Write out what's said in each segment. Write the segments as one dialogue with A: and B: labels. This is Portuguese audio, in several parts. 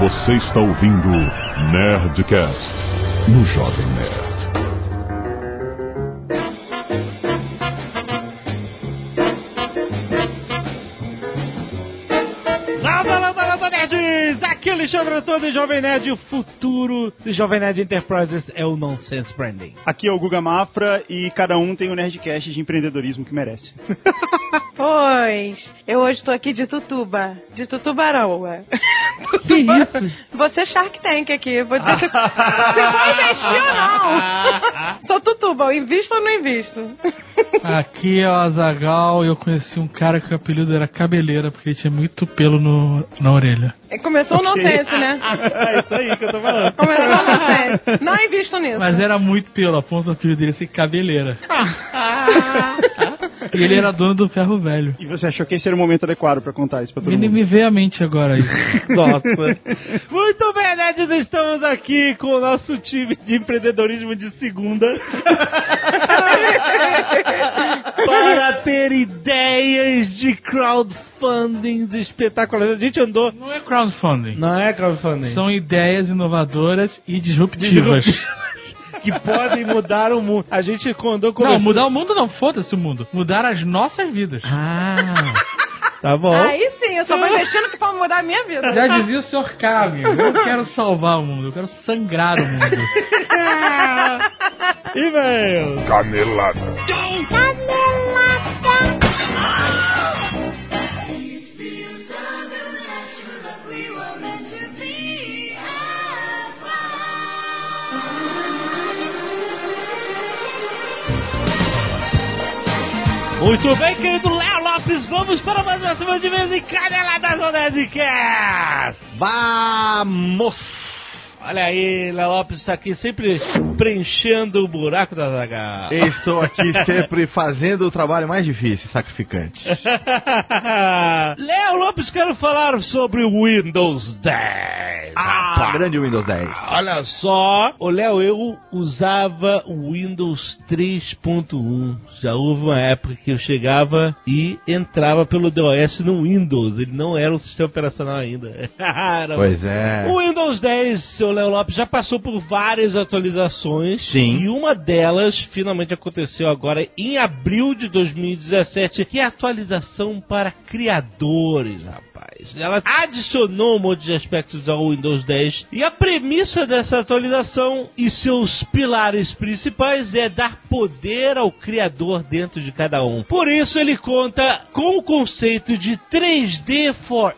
A: Você está ouvindo Nerdcast no Jovem Nerd.
B: Landa, landa, landa, nerds! Aqui é o Alexandre Antônio, Jovem Nerd. O futuro do Jovem Nerd Enterprises é o Nonsense Branding.
C: Aqui é o Guga Mafra e cada um tem o Nerdcast de empreendedorismo que merece.
D: Pois, eu hoje estou aqui de Tutuba, de Tutubaroa.
B: Que isso?
D: Você é Shark Tank aqui. Vou dizer se, se vou investir ou não. Sou Tutuba, eu invisto ou não invisto?
E: Aqui é o Azagal e eu conheci um cara que o apelido era Cabeleira, porque ele tinha muito pelo no, na orelha.
D: É, Começou o okay. nonsense, né?
C: é isso aí que eu tô falando.
D: Começou o nonsense. Não invisto nisso.
E: Mas era muito pelo, a ponto do apelido dele é ser Cabeleira.
D: Ah.
E: E ele era dono do ferro velho.
C: E você achou que esse era o momento adequado para contar isso pra todo
E: ele
C: mundo?
E: Ele me veio à mente agora isso.
B: Nossa. Muito bem, Nerds, estamos aqui com o nosso time de empreendedorismo de segunda. para ter ideias de crowdfunding espetaculares. A gente andou.
E: Não é crowdfunding.
B: Não é crowdfunding.
E: São ideias inovadoras e disruptivas.
B: que podem mudar o mundo. A gente andou com.
E: Não, mudar o mundo não, foda-se o mundo. Mudar as nossas vidas.
B: Ah. Tá bom.
D: Aí sim, eu só vou investindo que pode mudar a minha vida.
E: Já dizia o senhor Kami, eu quero salvar o mundo, eu quero sangrar o mundo.
B: e meu?
A: Canelada.
D: Canelada.
B: Muito bem, querido Léo Lopes, vamos para mais uma semana de vez em é Caneladas no Nerdcast! Vamos! Olha aí, Léo Lopes está aqui sempre preenchendo o buraco da zaga.
F: Estou aqui sempre fazendo o trabalho mais difícil, sacrificante.
B: Léo Lopes, quero falar sobre o Windows 10.
F: Ah, Opa. grande Windows 10.
B: Olha só. Ô, Léo, eu usava o Windows 3.1. Já houve uma época que eu chegava e entrava pelo DOS no Windows. Ele não era um sistema operacional ainda.
F: pois é.
B: O Windows 10, seu Léo Lopes, já passou por várias atualizações.
F: Sim.
B: E uma delas finalmente aconteceu agora em abril de 2017, que é a atualização para criadores, rapaz. Ela adicionou um monte de aspectos ao Windows 10 e a premissa dessa atualização e seus pilares principais é dar poder ao criador dentro de cada um. Por isso ele conta com o conceito de 3D for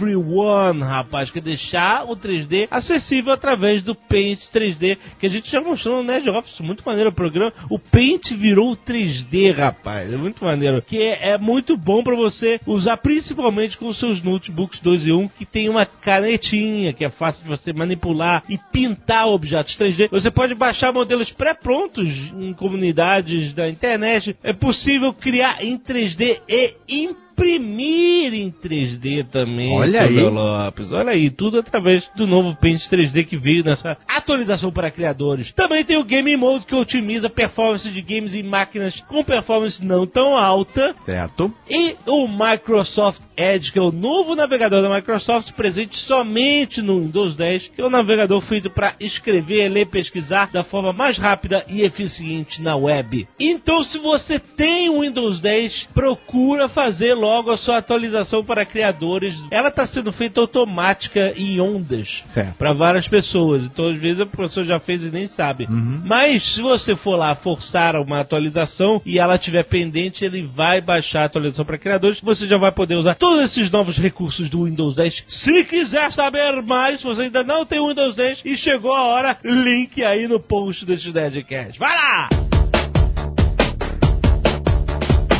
B: Everyone, rapaz, que é deixar o 3D acessível através do Paint 3D, que a gente já mostrou no Nerd Office, muito maneiro o programa. O Paint virou 3D, rapaz, é muito maneiro. Que é, é muito bom para você usar principalmente com seus notebooks 2 e 1, que tem uma canetinha que é fácil de você manipular e pintar objetos 3D. Você pode baixar modelos pré-prontos em comunidades da internet. É possível criar em 3D e imprimir imprimir em 3D também.
F: Olha aí.
B: Lopes. Olha aí, tudo através do novo Paint 3D que veio nessa atualização para criadores. Também tem o Game Mode que otimiza a performance de games em máquinas com performance não tão alta.
F: Certo.
B: E o Microsoft Edge, que é o novo navegador da Microsoft, presente somente no Windows 10, que é um navegador feito para escrever, ler, pesquisar da forma mais rápida e eficiente na web. Então, se você tem o Windows 10, procura fazer logo logo a sua atualização para criadores. Ela está sendo feita automática em ondas para várias pessoas. Então, às vezes, a pessoa já fez e nem sabe.
F: Uhum.
B: Mas se você for lá forçar uma atualização e ela tiver pendente, ele vai baixar a atualização para criadores. Você já vai poder usar todos esses novos recursos do Windows 10. Se quiser saber mais, se você ainda não tem o Windows 10 e chegou a hora, link aí no post deste Nerdcast. Vai lá!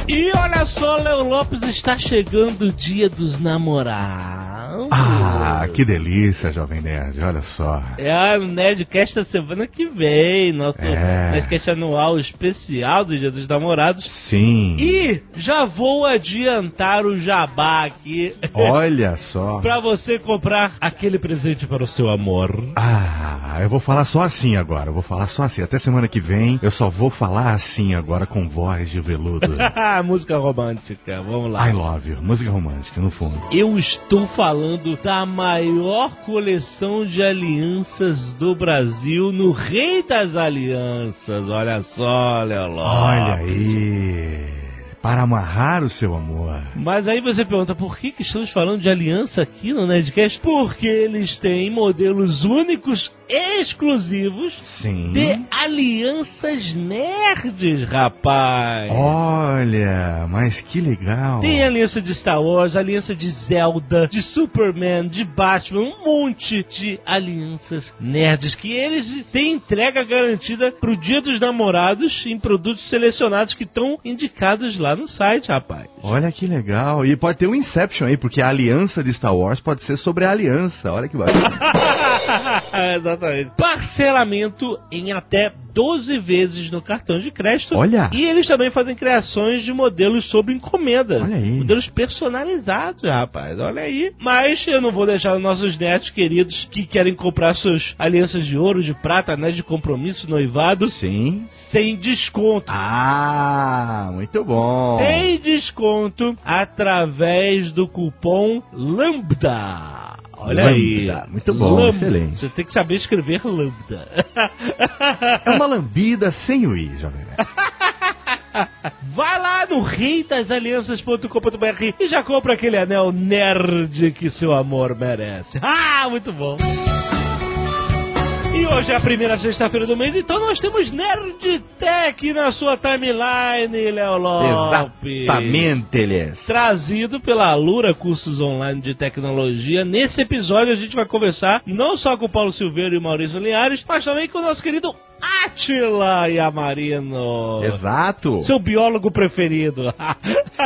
B: E olha só, Léo Lopes está chegando o dia dos namorados.
F: Ah, que delícia, Jovem Nerd, olha só.
B: É o Nerdcast da semana que vem, nosso
F: É.
B: Nerdcast anual especial do Dia dos Namorados.
F: Sim.
B: E já vou adiantar o jabá aqui
F: Olha só.
B: pra você comprar aquele presente para o seu amor.
F: Ah, eu vou falar só assim agora. Eu vou falar só assim. Até semana que vem eu só vou falar assim agora com voz de veludo.
B: Música romântica, vamos lá.
F: I love you. Música romântica, no fundo.
B: Eu estou falando da maior coleção de alianças do Brasil no Rei das Alianças. Olha só, Léo Lopes.
F: Olha aí. Para amarrar o seu amor.
B: Mas aí você pergunta, por que, que estamos falando de aliança aqui no Nerdcast? Porque eles têm modelos únicos, exclusivos,
F: Sim.
B: de alianças nerds, rapaz.
F: Oh. Olha, mas que legal.
B: Tem aliança de Star Wars, aliança de Zelda, de Superman, de Batman, um monte de alianças nerds que eles têm entrega garantida pro Dia dos Namorados em produtos selecionados que estão indicados lá no site, rapaz.
F: Olha que legal. E pode ter um Inception aí, porque a aliança de Star Wars pode ser sobre a aliança. Olha que bacana.
B: Exatamente. Parcelamento em até 12 vezes no cartão de crédito.
F: Olha.
B: E eles também fazem criações de modelos sob encomenda.
F: Olha aí.
B: Modelos personalizados, rapaz. Olha aí. Mas eu não vou deixar os nossos netos queridos que querem comprar suas alianças de ouro, de prata, anéis de compromisso, noivado,
F: Sim.
B: sem desconto.
F: Ah, muito bom.
B: Sem desconto através do cupom Lambda. Olha
F: Lambda.
B: aí.
F: Muito bom, excelente.
B: Você tem que saber escrever Lambda.
F: É uma lambida sem o i, jovem. Nerd.
B: Vai lá no reitasalianças.com.br e já compra aquele anel nerd que seu amor merece. Ah, muito bom. E hoje é a primeira sexta-feira do mês, então nós temos Nerdtech na sua timeline, Léo Lopes.
F: Exatamente, eles.
B: Trazido pela Alura Cursos Online de Tecnologia. Nesse episódio a gente vai conversar não só com o Paulo Silveiro e o Maurício Linhares, mas também com o nosso querido Atila Yamarino.
F: Exato.
B: Seu biólogo preferido.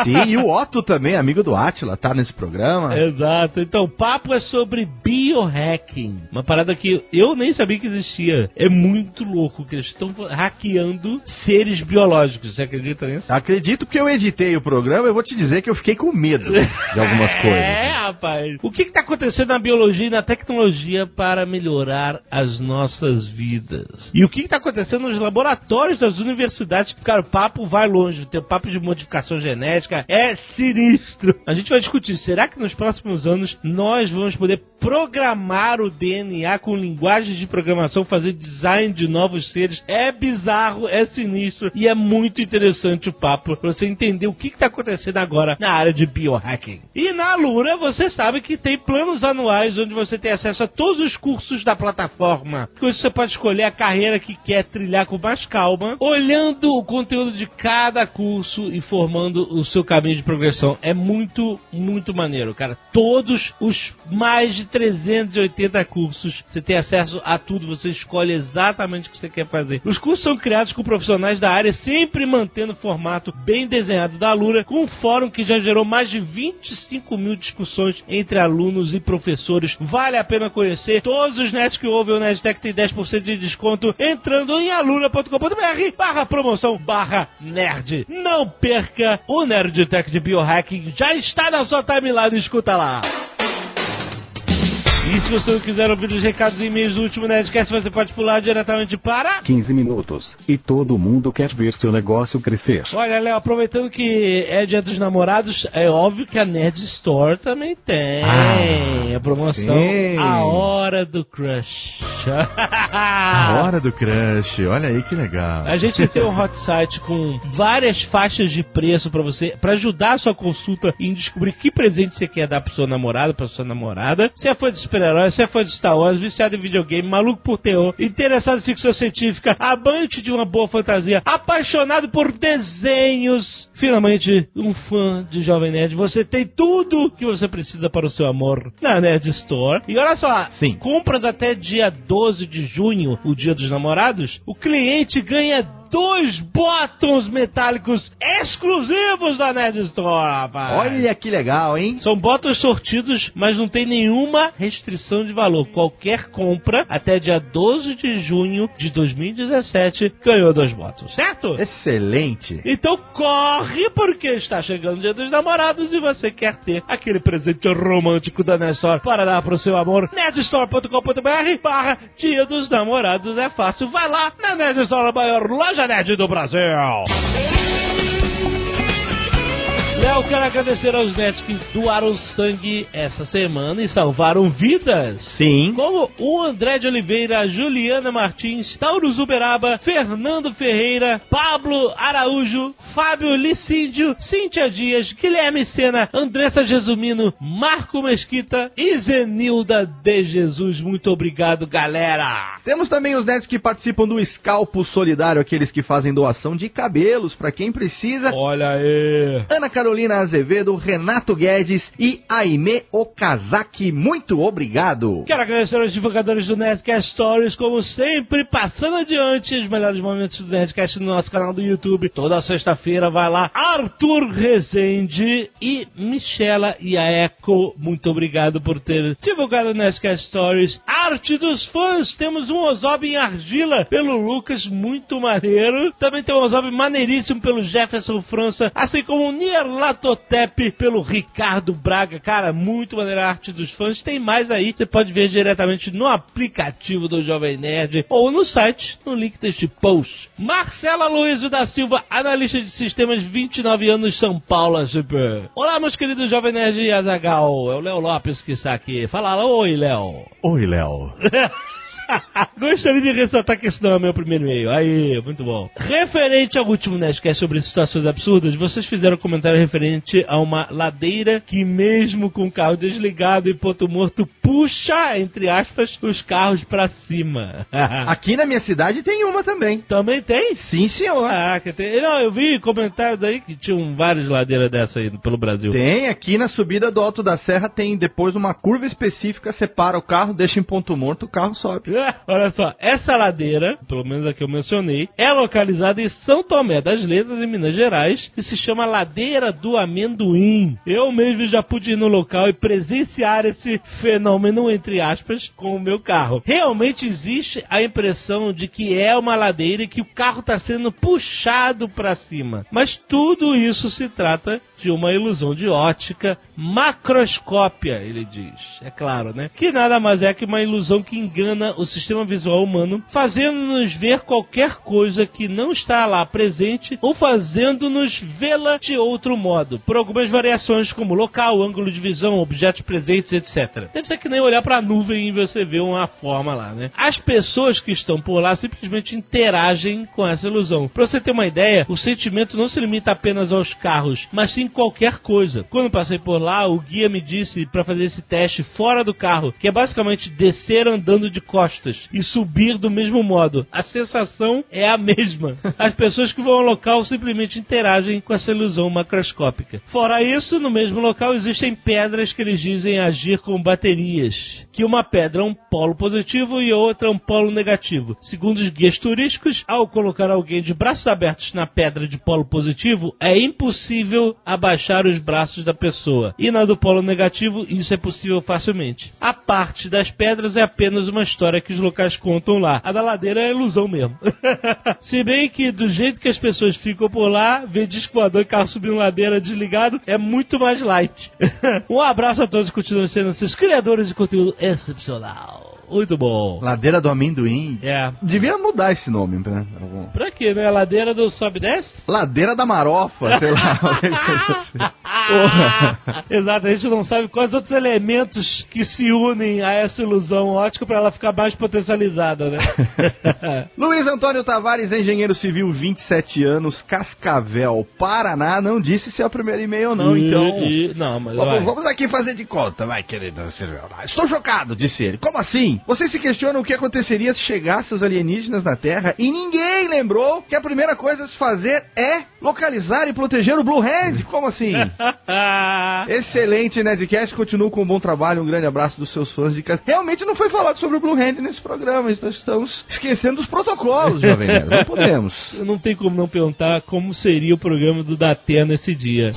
F: Sim, e o Otto também, amigo do Atila, tá nesse programa.
B: Exato. Então, o papo é sobre biohacking. Uma parada que eu nem sabia que existia. É muito louco que eles estão hackeando seres biológicos. Você acredita nisso?
F: Acredito que eu editei o programa, eu vou te dizer que eu fiquei com medo de algumas
B: É,
F: coisas.
B: rapaz. O que está acontecendo na biologia e na tecnologia para melhorar as nossas vidas? E o que está acontecendo nos laboratórios das universidades? Cara, o papo vai longe. Tem o papo de modificação genética. É sinistro. A gente vai discutir. Será que nos próximos anos nós vamos poder programar o DNA com linguagens de programação, fazer design de novos seres? É bizarro, é sinistro e é muito interessante o papo pra você entender o que está acontecendo agora na área de biohacking. E na Lura, você sabe que tem planos anuais onde você tem acesso a todos os cursos da plataforma. Com isso, você pode escolher a carreira que quer trilhar com mais calma, olhando o conteúdo de cada curso e formando o seu caminho de progressão. É muito, muito maneiro, cara. Todos os mais de 380 cursos, você tem acesso a tudo, você escolhe exatamente o que você quer fazer. Os cursos são criados com profissionais da área, sempre mantendo o formato bem desenhado da Alura, com um fórum que já gerou mais de 25 mil discussões entre alunos e professores. Vale a pena conhecer. Todos os nets que ouvem o Nerdtech têm 10% de desconto entrando em alura.com.br barra promoção barra nerd. Não perca o Nerdtech de Biohacking. Já está na sua timeline. Escuta lá. E se você não quiser ouvir os recados e e-mails do último Nerdcast, você pode pular diretamente para...
G: 15 minutos, e todo mundo quer ver seu negócio crescer.
B: Olha, Léo, aproveitando que é dia dos namorados, é óbvio que a Nerd Store também tem
F: Ah,
B: a promoção
F: sim.
B: A Hora do Crush.
F: A hora do crush, olha aí que legal.
B: A Ah. gente tem um hot site com várias faixas de preço pra você, pra ajudar a sua consulta em descobrir que presente você quer dar pro seu namorado, pra sua namorada. Se é fã de super-herói, se é fã de Star Wars, viciado em videogame, maluco por terror, interessado em ficção científica, amante de uma boa fantasia, apaixonado por desenhos, finalmente um fã de Jovem Nerd, você tem tudo que você precisa para o seu amor na Nerd Store. E olha só,
F: Sim.
B: compras até dia 12 de junho, o dia dos namorados, o cliente ganha dois botões metálicos exclusivos da Nerd Store, rapaz.
F: Olha que legal, hein?
B: São botões sortidos, mas não tem nenhuma restrição de valor. Qualquer compra até dia 12 de junho de 2017 ganhou dois botões, certo?
F: Excelente.
B: Então corre, porque está chegando o dia dos namorados e você quer ter aquele presente romântico da Nestor para dar pro seu amor. Nerdstore.com.br barra dia dos namorados é fácil. Vai lá na Nerdstore, a maior loja nerd do Brasil. Léo, quero agradecer aos netos que doaram sangue essa semana e salvaram vidas.
F: Sim.
B: Como o André de Oliveira, Juliana Martins, Tauro Zuberaba, Fernando Ferreira, Pablo Araújo, Fábio Licíndio, Cíntia Dias, Guilherme Sena, Andressa Gesumino, Marco Mesquita e Zenilda de Jesus. Muito obrigado, galera!
H: Temos também os netos que participam do Escalpo Solidário, aqueles que fazem doação de cabelos para quem precisa.
B: Olha aí!
H: Ana Carolina Azevedo, Renato Guedes e Aime Okazaki. Muito obrigado.
B: Quero agradecer aos divulgadores do Nerdcast Stories, como sempre, passando adiante os melhores momentos do Nerdcast no nosso canal do YouTube. Toda sexta-feira vai lá Arthur Rezende e Michela Iaeco. Muito obrigado por ter divulgado o Nerdcast Stories. Arte dos fãs, temos um Ozob em argila pelo Lucas, muito maneiro. Também tem um Ozob maneiríssimo pelo Jefferson França, assim como o Nier Latotep pelo Ricardo Braga. Cara, muito maneira a arte dos fãs. Tem mais aí, você pode ver diretamente no aplicativo do Jovem Nerd ou no site, no link deste post. Marcela Luizo da Silva, analista de sistemas, 29 anos, São Paulo, SP. Olá, meus queridos Jovem Nerd e Azagal. É o Léo Lopes que está aqui. Fala, oi, Léo.
F: Oi, Léo.
B: Gostaria de ressaltar que esse não é meu primeiro e-mail. Aí, muito bom. Referente ao último Nerdcast sobre situações absurdas, vocês fizeram um comentário referente a uma ladeira que, mesmo com o carro desligado e ponto morto, puxa, entre aspas, os carros pra cima.
H: Aqui na minha cidade tem uma também.
B: Também tem?
H: Sim, senhor.
B: Ah, que tem. Não, eu vi comentários aí que tinham várias ladeiras dessa aí pelo Brasil.
H: Tem, aqui na subida do Alto da Serra tem depois uma curva específica, separa o carro, deixa em ponto morto, o carro sobe.
B: Olha só, essa ladeira, pelo menos a que eu mencionei, é localizada em São Tomé das Letras, em Minas Gerais, e se chama Ladeira do Amendoim. Eu mesmo já pude ir no local e presenciar esse fenômeno, entre aspas, com o meu carro. Realmente existe a impressão de que é uma ladeira e que o carro está sendo puxado para cima. Mas tudo isso se trata de uma ilusão de ótica macroscópia, ele diz. É claro, né? Que nada mais é que uma ilusão que engana o sistema visual humano, fazendo-nos ver qualquer coisa que não está lá presente ou fazendo-nos vê-la de outro modo, por algumas variações como local, ângulo de visão, objetos presentes, etc. Deve ser que nem olhar para a nuvem e você vê uma forma lá, né? As pessoas que estão por lá simplesmente interagem com essa ilusão. Para você ter uma ideia, o sentimento não se limita apenas aos carros, mas sim qualquer coisa. Quando passei por lá, o guia me disse para fazer esse teste fora do carro, que é basicamente descer andando de costas e subir do mesmo modo. A sensação é a mesma. As pessoas que vão ao local simplesmente interagem com essa ilusão macroscópica. Fora isso, no mesmo local existem pedras que eles dizem agir como baterias, que uma pedra é um polo positivo e outra é um polo negativo. Segundo os guias turísticos, ao colocar alguém de braços abertos na pedra de polo positivo, é impossível abaixar os braços da pessoa. E na do polo negativo, isso é possível facilmente. A parte das pedras é apenas uma história que os locais contam lá. A da ladeira é ilusão mesmo. Se bem que do jeito que as pessoas ficam por lá, ver disco voador e carro subindo ladeira desligado é muito mais light. um abraço a todos que continuam sendo esses criadores de conteúdo excepcional. Muito bom.
H: Ladeira do Amendoim.
B: É.
H: Devia mudar esse nome, né? Algum-
B: Pra quê, né? A ladeira do sobe e desce?
H: Ladeira da Marofa, sei lá. alguma coisa assim. Ah.
B: Exato, a gente não sabe quais outros elementos que se unem a essa ilusão ótica pra ela ficar mais potencializada, né?
H: Luiz Antônio Tavares, engenheiro civil, 27 anos, Cascavel, Paraná. Não disse se é o primeiro e-mail ou não, então.
B: Hum, E- e- não, mas vai.
H: Vamos, vamos aqui fazer de conta, vai, querido. Estou chocado, disse ele. Como assim? Você se questiona o que aconteceria se chegassem os alienígenas na Terra e ninguém lembrou que a primeira coisa a se fazer é localizar e proteger o Blue Hand? Como assim?
B: É. Tá?
H: Excelente, Nerdcast. Continua com um bom trabalho. Um grande abraço dos seus fãs de casa. Realmente não foi falado sobre o Blue Hand nesse programa. Nós estamos esquecendo dos protocolos, Jovem Nerd. Não podemos.
B: Não tem como não perguntar como seria o programa do Datena esse dia.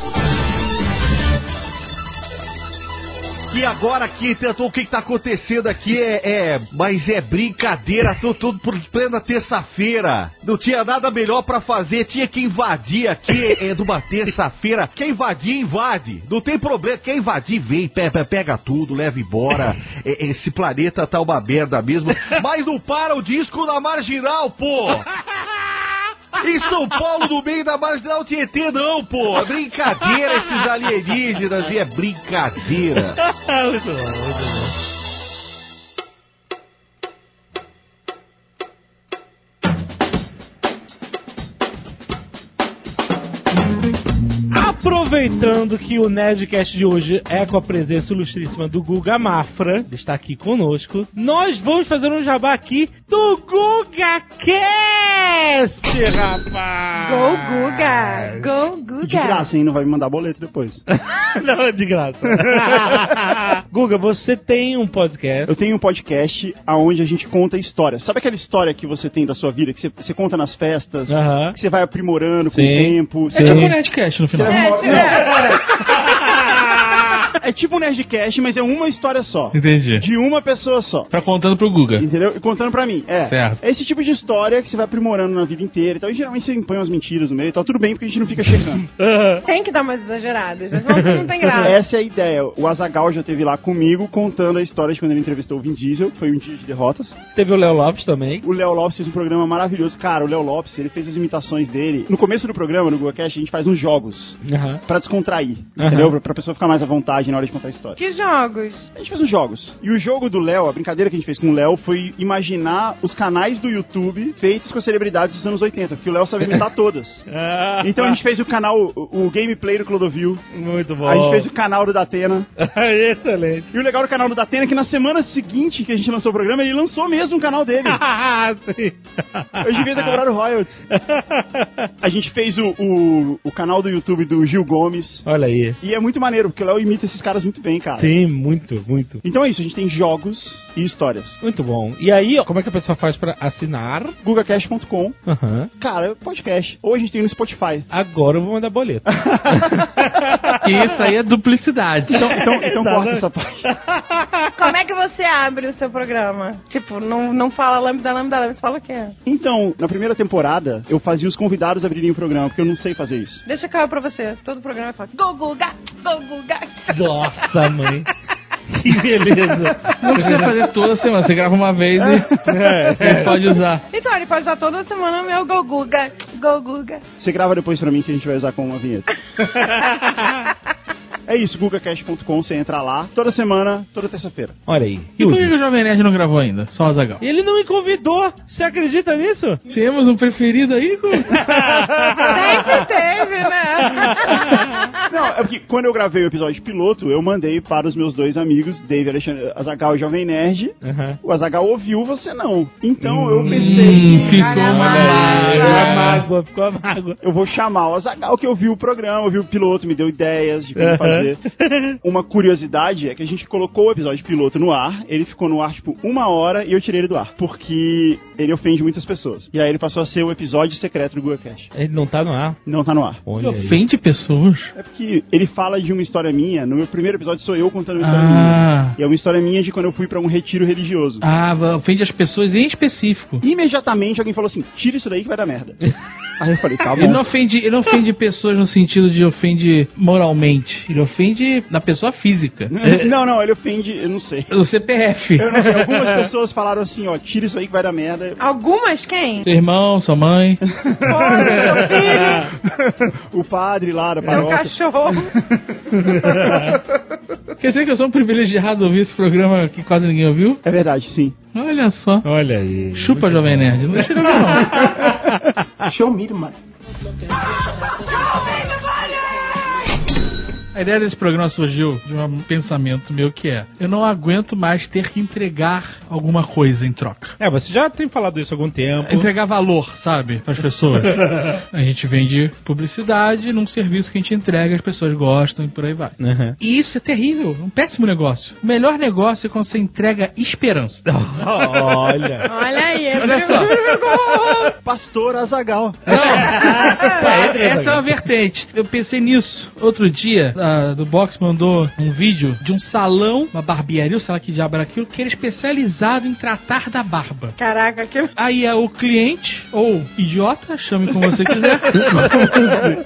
H: E agora aqui, tentou o que, que tá acontecendo aqui é, é- Mas é brincadeira, tô todo por plena terça-feira. Não tinha nada melhor pra fazer, tinha que invadir aqui, é de uma terça-feira. Quem invadir, invade. Não tem problema, quem invadir, vem, pe- pe- pega tudo, leva embora. É- esse planeta tá uma merda mesmo. Mas não para o disco na marginal, pô! Em São Paulo, no meio da marginal Tietê, não, pô. É brincadeira esses alienígenas e é brincadeira.
B: muito bom, muito bom. Aproveitando que o Nerdcast de hoje é com a presença ilustríssima do Guga Mafra, que está aqui conosco, nós vamos fazer um jabá aqui do Guga Cast, rapaz!
D: Go Guga! Go Guga!
C: De graça, hein? Não vai me mandar boleto depois.
B: Não, é de graça. Guga, você tem um podcast.
C: Eu tenho um podcast onde a gente conta histórias. Sabe aquela história que você tem da sua vida, que você, você conta nas festas,
E: Ah.
B: Aham.
C: que você vai aprimorando com o
B: Sim.
C: tempo?
E: É tipo um Nerdcast no final.
D: É, tipo,
C: É tipo um Nerdcast, mas é uma história só.
E: Entendi.
C: De uma pessoa só.
E: Tá contando pro Guga.
C: Entendeu? E contando pra mim. É.
E: Certo.
C: É esse tipo de história que você vai aprimorando na vida inteira e tal. E geralmente você impõe umas mentiras no meio e tal. Tudo bem, porque a gente não fica checando.
B: Aham.
D: tem que dar umas exageradas, mas não, não tem graça.
C: Essa é a ideia. O Azagal já esteve lá comigo contando a história de quando ele entrevistou o Vin Diesel, que foi um dia de derrotas.
B: Teve o Léo Lopes também.
C: O Léo Lopes fez um programa maravilhoso. Cara, o Léo Lopes, ele fez as imitações dele. No começo do programa, no GuaCast, a gente faz uns jogos
B: Aham.
C: pra descontrair,
B: Aham.
C: entendeu? Pra- Pra pessoa ficar mais à vontade na hora de contar a história.
D: Que jogos?
C: A gente fez uns jogos. E o jogo do Léo, a brincadeira que a gente fez com o Léo foi imaginar os canais do YouTube feitos com as celebridades dos anos 80, porque o Léo sabe imitar todas. Então a gente fez o canal, o, o gameplay do Clodovil,
B: Muito bom.
C: a gente fez o canal do Datena.
B: Excelente.
C: E o legal do canal do Datena é que na semana seguinte que a gente lançou o programa, ele lançou mesmo o canal dele.
B: Ah, Sim.
C: Eu devia ter cobrado royalties. A gente fez o, o, o canal do YouTube do Gil Gomes.
B: Olha aí.
C: E é muito maneiro, porque o Léo imita esses caras muito bem, cara.
B: Sim, muito, muito.
C: Então é isso, a gente tem jogos e histórias.
B: Muito bom. E aí, ó, como é que a pessoa faz pra assinar?
C: GugaCast.com,
B: Aham.
C: cara, podcast. Ou a gente tem no Spotify.
B: Agora eu vou mandar boleto.
E: E isso aí é duplicidade.
C: Então, então, então corta essa parte.
D: Como é que você abre o seu programa? Tipo, não, não fala lambda, lambda, lambda, você fala o quê?
C: Então, na primeira temporada, eu fazia os convidados abrirem o programa, porque eu não sei fazer isso.
D: Deixa eu cair pra você. Todo programa fala Go Guga, Go Guga.
B: Nossa, mãe. Que beleza.
E: Não precisa fazer toda semana. Você grava uma vez e
B: É.
E: e pode usar.
D: Então, ele pode usar toda semana o meu Go Guga, Go Guga.
C: Você grava depois pra mim que a gente vai usar como uma vinheta. É isso, gugacast.com, você entra lá toda semana, toda terça-feira.
B: Olha aí.
E: E por que que o Jovem Nerd não gravou ainda? Só o Azagal.
B: Ele não me convidou. Você acredita nisso?
E: Temos um preferido aí, Guga?
D: Sempre teve, né?
C: Não, é porque quando eu gravei o episódio piloto, eu mandei para os meus dois amigos, Dave Alexandre Azagal e Jovem Nerd.
B: Aham.
C: O Azagal ouviu, você não. Então eu pensei que
E: ficou
B: Ficou a
E: maneiro.
B: mágoa, ficou a mágoa.
C: eu vou chamar o Azagal, que ouviu o programa, ouviu o piloto, me deu ideias de como
B: Aham.
C: fazer. Uma curiosidade é que a gente colocou o episódio piloto no ar, ele ficou no ar tipo uma hora e eu tirei ele do ar, porque ele ofende muitas pessoas. E aí ele passou a ser o episódio secreto do Google Cash.
B: Ele não tá no ar.
C: Não tá no ar.
B: Olha aí.
E: Ofende pessoas.
C: É porque ele fala de uma história minha, no meu primeiro episódio sou eu contando uma história minha.
E: Ah,
C: E é uma história minha de quando eu fui pra um retiro religioso.
E: ah, ofende as pessoas em específico.
C: Imediatamente alguém falou assim: tira isso daí que vai dar merda. aí eu falei: tá
E: Ele não,
C: bom.
E: ofende, ele não ofende pessoas no sentido de ofende moralmente. Ele ofende na pessoa física. É,
C: Não, não, ele ofende, eu não sei.
E: O CPF.
C: Eu não sei, algumas pessoas falaram assim, ó, tira isso aí que vai dar merda.
D: Algumas quem?
E: Seu irmão, sua mãe.
D: Fora, seu filho,
C: o padre lá da
D: seu
C: paróquia.
D: cachorro.
E: Quer dizer que eu sou um privilegiado de ouvir esse programa que quase ninguém ouviu?
C: É verdade, sim.
E: Olha só.
B: Olha aí.
E: Chupa, Jovem Nerd. Não deixa ele ouvir, não.
C: Show me, mano.
E: A ideia desse programa surgiu de um pensamento meu que é: eu não aguento mais ter que entregar alguma coisa em troca.
B: É, você já tem falado isso há algum tempo.
E: Entregar valor, sabe, para as pessoas. a gente vende publicidade num serviço que a gente entrega, as pessoas gostam e por aí vai.
B: Aham.
E: E isso é terrível, é um péssimo negócio. O melhor negócio é quando você entrega esperança.
B: Olha.
D: Olha aí, é
E: Olha só.
C: Pastor Azagal.
E: Não, essa é uma vertente. Eu pensei nisso outro dia. da- do Box mandou um vídeo de um salão, uma barbearia, sei lá que diabo era aquilo, que era especializado em tratar da barba.
D: Caraca, que...
E: Aí é o cliente, ou idiota, chame como você quiser.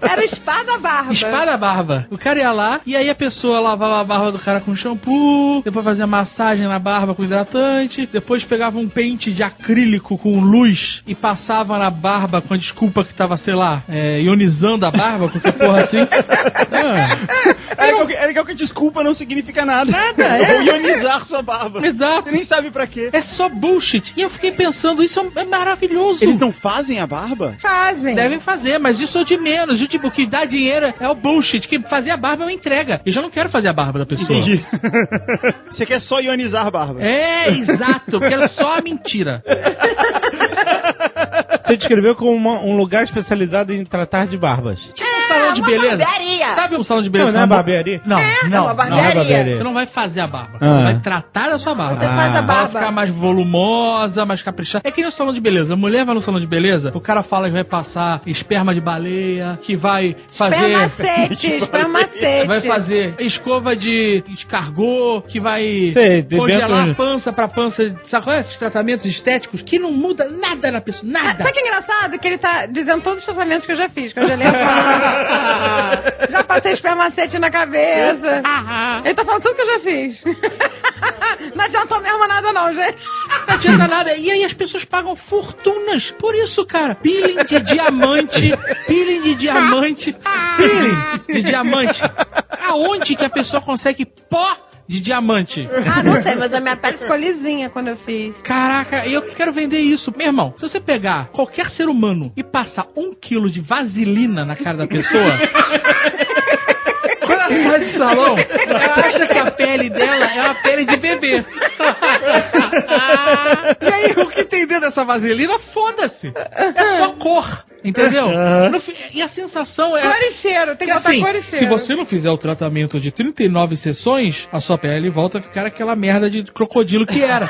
D: era espada
C: Tá
D: barba.
E: Espada barba. O cara ia lá e aí a pessoa lavava a barba do cara com shampoo, depois fazia massagem na barba com hidratante, depois pegava um pente de acrílico com luz e passava na barba com a desculpa que tava, sei lá, é, ionizando a barba, qualquer porra assim. Ah,
C: É legal, que, é legal que desculpa não significa nada. Nada, Ou ionizar sua barba.
E: exato.
C: Você nem sabe pra quê.
E: É só bullshit. E eu fiquei pensando, isso é maravilhoso.
C: Eles não fazem a barba?
D: Fazem.
E: Devem fazer, mas isso é o de menos. O tipo, o que dá dinheiro é o bullshit. Que fazer a barba é uma entrega. Eu já não quero fazer a barba da pessoa.
C: Você quer só ionizar a barba.
E: É, exato. Eu quero só a mentira.
B: Você descreveu como uma- um lugar especializado em tratar de barbas.
E: Tipo um salão de
D: É, uma
E: beleza.
D: barbearia.
E: Sabe um salão de beleza?
B: Não, não é barbearia?
E: Não, não,
D: uma
E: não.
B: Não é
D: barbearia.
B: barbearia.
E: Você não é vai fazer a barba.
B: Ah.
E: Você vai tratar a sua barba.
D: Você faz a
E: Pra ela
D: barba.
E: Ah, ficar mais volumosa, mais caprichada. É que nem o salão de beleza. A mulher vai no salão de beleza, o cara fala que vai passar esperma de baleia, que vai fazer...
D: Espermacete, espermacete.
E: Vai fazer escova de escargot, que vai
B: Sei, de
E: congelar
B: dentro-
E: a pança pra pança. Sabe qual é? Esses tratamentos estéticos que não muda nada na pessoa,
D: Ah,
E: nada.
D: Sabe o que é engraçado? Que ele tá dizendo todos os tratamentos que eu já fiz, que eu já li a foto. Já passei espermacete na cabeça.
E: Ah,
D: Ele tá falando tudo que eu já fiz. Não adiantou mesmo nada não, gente.
E: Não adianta nada. E aí as pessoas pagam fortunas por isso, cara. Peeling de diamante. Peeling de diamante. Peeling de diamante. Aonde que a pessoa consegue pó de diamante?
D: Ah, não sei, mas a minha pele ficou lisinha quando eu fiz.
E: Caraca, eu que quero vender isso. Meu irmão, se você pegar qualquer ser humano e passar um quilo de vaselina na cara da pessoa. Quando ela sai do salão, ela acha que a pele dela é uma pele de bebê. e aí, o que tem dentro dessa vaselina, foda-se. É só cor, entendeu? No fi- e a sensação é...
D: Cor e cheiro, tem que
E: Porque,
D: botar
E: assim,
D: cor e cheiro.
E: se você não fizer o tratamento de 39 sessões, a sua pele volta a ficar aquela merda de crocodilo que era.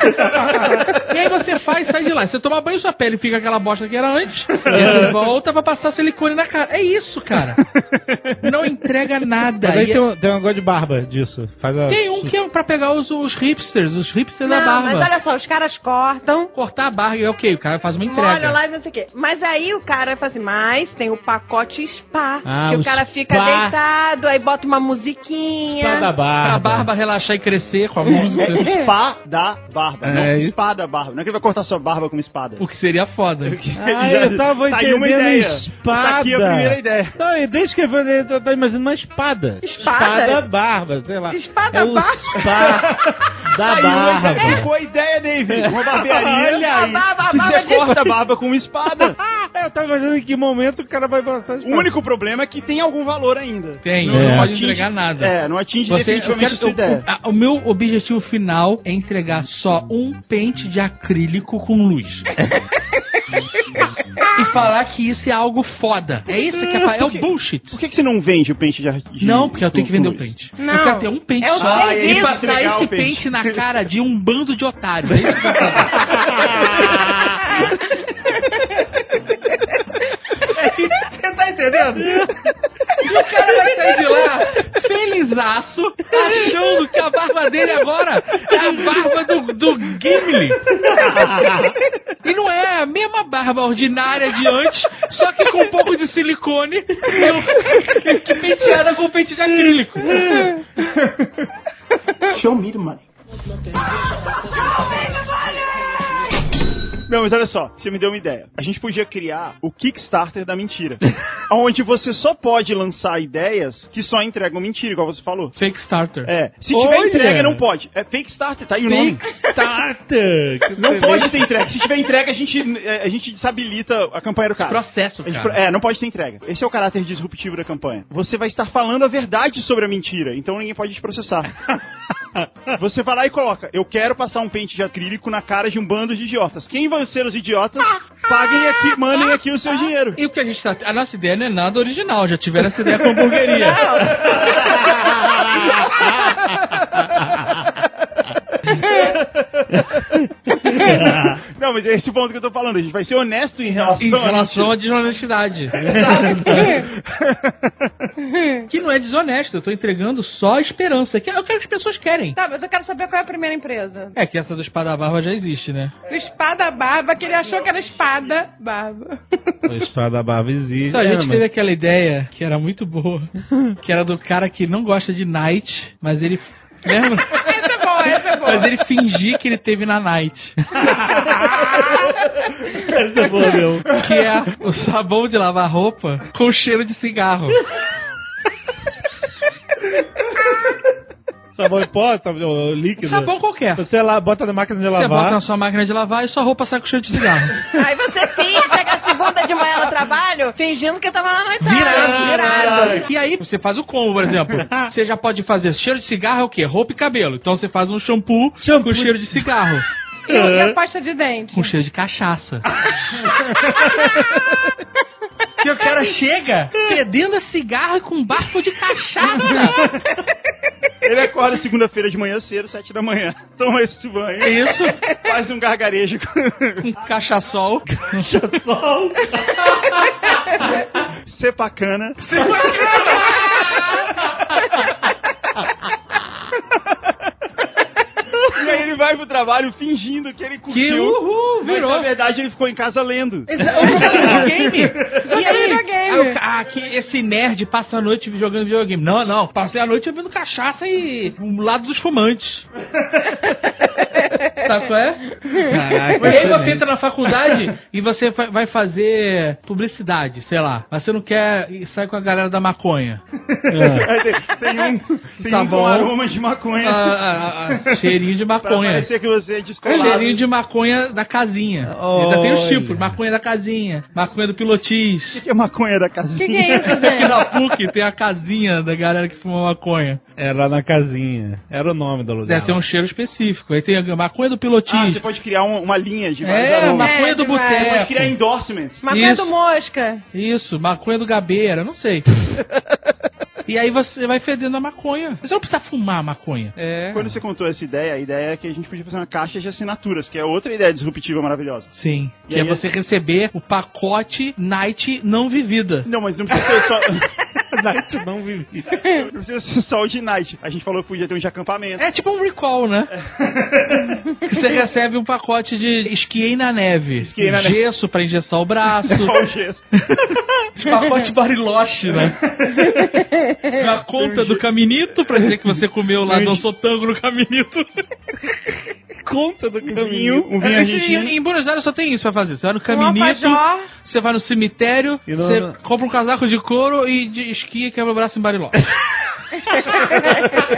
E: e aí você faz, sai de lá. Você toma banho, sua pele fica aquela bosta que era antes. E aí você volta pra passar silicone na cara. É isso, cara. Não entrega nada.
B: Mas aí
E: E
B: tem um, tem um negócio de barba disso. Faz a...
E: tem um que é pra pegar os, os hipsters, os hipsters da
D: Não,
E: barba.
D: mas olha só, os caras cortam,
E: Cortar a barba é ok, o cara faz uma
D: molham
E: entrega.
D: lá e não sei o quê. Mas aí o cara faz assim, mas tem o pacote spa,
B: Ah,
D: que o
B: o
D: cara fica
B: spa.
D: deitado, aí bota uma musiquinha.
B: Pra da barba.
E: Pra barba relaxar e crescer com a música.
C: É spa da barba,
E: É,
C: não
E: isso.
C: spa da barba. Não é que ele vai cortar sua barba com uma espada.
E: O que seria foda.
B: Ah, eu tava
C: Tá aí
B: entendendo
C: uma ideia.
B: espada.
C: Tá aqui a primeira ideia.
B: Não, eu desde que eu falei, eu tô- tô imaginando uma espada.
D: Espada?
B: barba, sei lá.
D: Ah, Espada
B: é o
D: barba?
B: spa da barba.
C: Ficou a ideia, David. Uma barbearia
D: Olha aí. A é barba- a
C: que
D: barba
C: você
D: de-
C: corta a barba com uma espada.
B: Eu tava imaginando em que momento o cara vai passar
C: O único problema é que tem algum valor ainda.
E: Tem,
C: Não,
E: não
B: É.
E: pode entregar nada.
C: É, não atinge
E: Você, eu
C: definitivamente
E: quero,
C: a sua
E: eu-
C: ideia.
E: a- Ah, o meu objetivo final é entregar só um pente de acrílico com luz. e falar que isso é algo foda. É isso que é, fa- é o bullshit.
C: Por que, que você não vende o pente de artista?
E: Não, porque eu tenho que vender o pente.
D: Não.
E: Eu quero ter um pente
D: É o
E: só
D: serviço.
E: e passar
C: Legal,
E: tá esse
C: pente.
E: pente. na cara de um bando de otários. É isso que eu quero fazer. Você tá entendendo? E o cara vai sair de lá felizaço, achando que a barba dele agora é a barba do, do Gimli. E não é a mesma barba ordinária de antes, só que com um pouco de silicone e que penteada com pente de acrílico.
C: Não, mas olha só, você me deu uma ideia. A gente podia criar o Kickstarter da mentira. onde você só pode lançar ideias que só entregam mentira, igual você falou.
E: Fake starter.
C: É, se tiver
B: Olha!
C: entrega, não pode. É fake starter, tá aí o nome.
B: Kickstarter.
I: tá.
B: que
C: Não
B: você
C: pode ter entrega. Se tiver entrega, a gente, é, a gente desabilita a campanha do cara.
E: Processo,
C: A gente
E: cara.
C: pro- é, não pode ter entrega. Esse é o caráter disruptivo da campanha. Você vai estar falando a verdade sobre a mentira, então ninguém pode te processar. Você vai lá e coloca: Eu quero passar um pente de acrílico na cara de um bando de idiotas. Quem vão ser os idiotas? Paguem aqui, mandem aqui o seu dinheiro.
E: E o que a gente tá. A nossa ideia não é nada original, já tiveram essa ideia com a hamburgueria.
I: Ah.
C: Não, mas Pois é, esse ponto que eu tô falando, a gente vai ser honesto em relação,
E: Em relação
C: a
E: à desonestidade. que não é desonesto, eu tô entregando só a esperança, que é o que as pessoas querem.
D: Tá, mas eu quero saber qual é a primeira empresa.
E: É que essa do espada barba já existe, né?
D: O Espada Barba, que ele achou que era Espada Barba.
I: O estado da barba existe.
E: Então, a
I: né,
E: gente
I: mas-
E: teve aquela ideia que era muito boa, que era do cara que não gosta de night, mas ele. Lembra?
D: essa é boa, essa é boa.
E: Mas ele fingir que ele teve na night.
B: Essa é boa mesmo.
E: Que é o sabão de lavar roupa com cheiro de cigarro.
I: Sabão em pó, tá- o- o líquido.
E: Sabão qualquer. Você
I: Você lá, bota na máquina de
E: bota na
I: lavar.
E: sua máquina de lavar e sua roupa sai com cheiro de cigarro.
D: Aí você finge, chega segunda de manhã no trabalho, fingindo que tava lá na Itália.
E: E aí você faz o combo, por exemplo. Você já pode fazer cheiro de cigarro é o quê? Roupa e cabelo. Então você faz um shampoo, com cheiro de cigarro.
D: E a pasta de dente.
E: Com cheiro de cachaça. que o cara chega fedendo a cigarro e com um bafo de cachaça.
C: Ele acorda segunda-feira de manhã cedo, sete da manhã. Toma esse banho.
E: É isso.
C: Faz um gargarejo.
E: Um cachaçol.
C: Sepacana. E aí ele vai pro trabalho fingindo que ele curtiu.
E: Que uhul,
C: Mas
E: virou.
C: na verdade ele ficou em casa lendo.
E: videogame. E aí,
D: videogame.
E: aí o ca- ah, que esse nerd passa a noite jogando videogame. Não, não. Passei a noite bebendo cachaça e o lado dos fumantes. Sabe qual é?
I: Caraca,
E: E aí você
I: excelente.
E: entra na faculdade e você fa- vai fazer publicidade, sei lá. Mas você não quer e sai com a galera da maconha.
C: Aí tem, tem um, tem
E: Tá
C: um
E: bom.
C: com aroma de maconha.
E: Ah, ah, ah, ah, cheirinho de
C: pra
E: maconha.
C: parecer que você é descolado.
E: Cheirinho de maconha da casinha. Ainda tem os tipos, maconha da casinha, maconha do pilotis.
C: que é maconha da casinha.
D: O que, que é isso,
E: Aqui
D: gente?
E: na PUC tem a casinha da galera que fuma maconha.
I: Era na casinha. Era o nome do lugar.
E: Deve ter um cheiro específico. Aí tem a maconha do pilotis.
C: Ah, você pode criar um- uma linha de vários
E: é,
C: aromas.
E: maconha
D: É,
E: do
D: demais.
C: Você pode criar
E: boteco.
C: endorsements.
D: Maconha do
E: Isso.
D: mosca.
E: Isso, maconha do gabeira, não sei. e aí você vai fedendo a maconha. Você não precisa fumar a maconha. É.
C: Quando você contou essa ideia, a ideia é que a gente podia fazer uma caixa de assinaturas, que é outra ideia disruptiva maravilhosa.
E: Sim.
C: E
E: Que é
C: aí-
E: você receber o pacote night não vivida.
C: Não, mas não precisa ser só,
I: Night não vivi.
C: não precisa ser só o de night. A gente falou que podia ter um de acampamento.
E: É tipo um recall, né? Que você recebe um pacote de esquiei na neve.
C: Esquiei na neve.
E: Gesso pra engessar o braço.
C: Só o gesso.
E: pacote bariloche, né? Na conta do caminito, pra dizer que você comeu lá do sotango no caminito.
I: Conta do
C: Um vinho, um vinho argentino.
E: Em, em Buenos Aires só tem isso pra fazer. Você vai no
D: Um
E: caminito,
D: alfajor.
E: você vai no cemitério,
I: E no-
E: você
I: no-
E: compra um casaco de couro e de esquia e quebra o braço em Bariloche.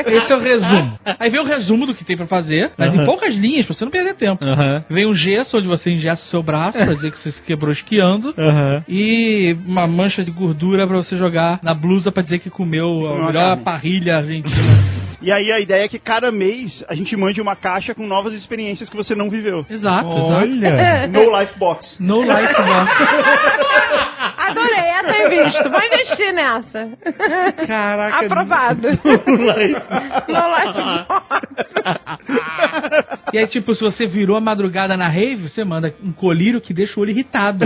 E: Esse é o resumo. Aí vem o resumo do que tem pra fazer, mas em
I: Aham.
E: poucas linhas, pra você não perder tempo.
I: Aham.
E: Vem um gesso, onde você ingessa o seu braço, pra dizer que você se quebrou esquiando.
I: Aham.
E: E uma mancha de gordura pra você jogar na blusa pra dizer que comeu a
C: uma
E: melhor
C: carne.
E: parrilha argentina.
C: E aí a ideia é que cada mês a gente mande uma caixa com novas experiências que você não viveu.
E: exato, exato.
I: Olha.
C: No Life Box.
E: No life box.
D: Adorei essa revista. Vou investir nessa.
I: Caraca.
D: Aprovado.
E: E aí, tipo, se você virou a madrugada na rave, você manda um colírio que deixa o olho irritado.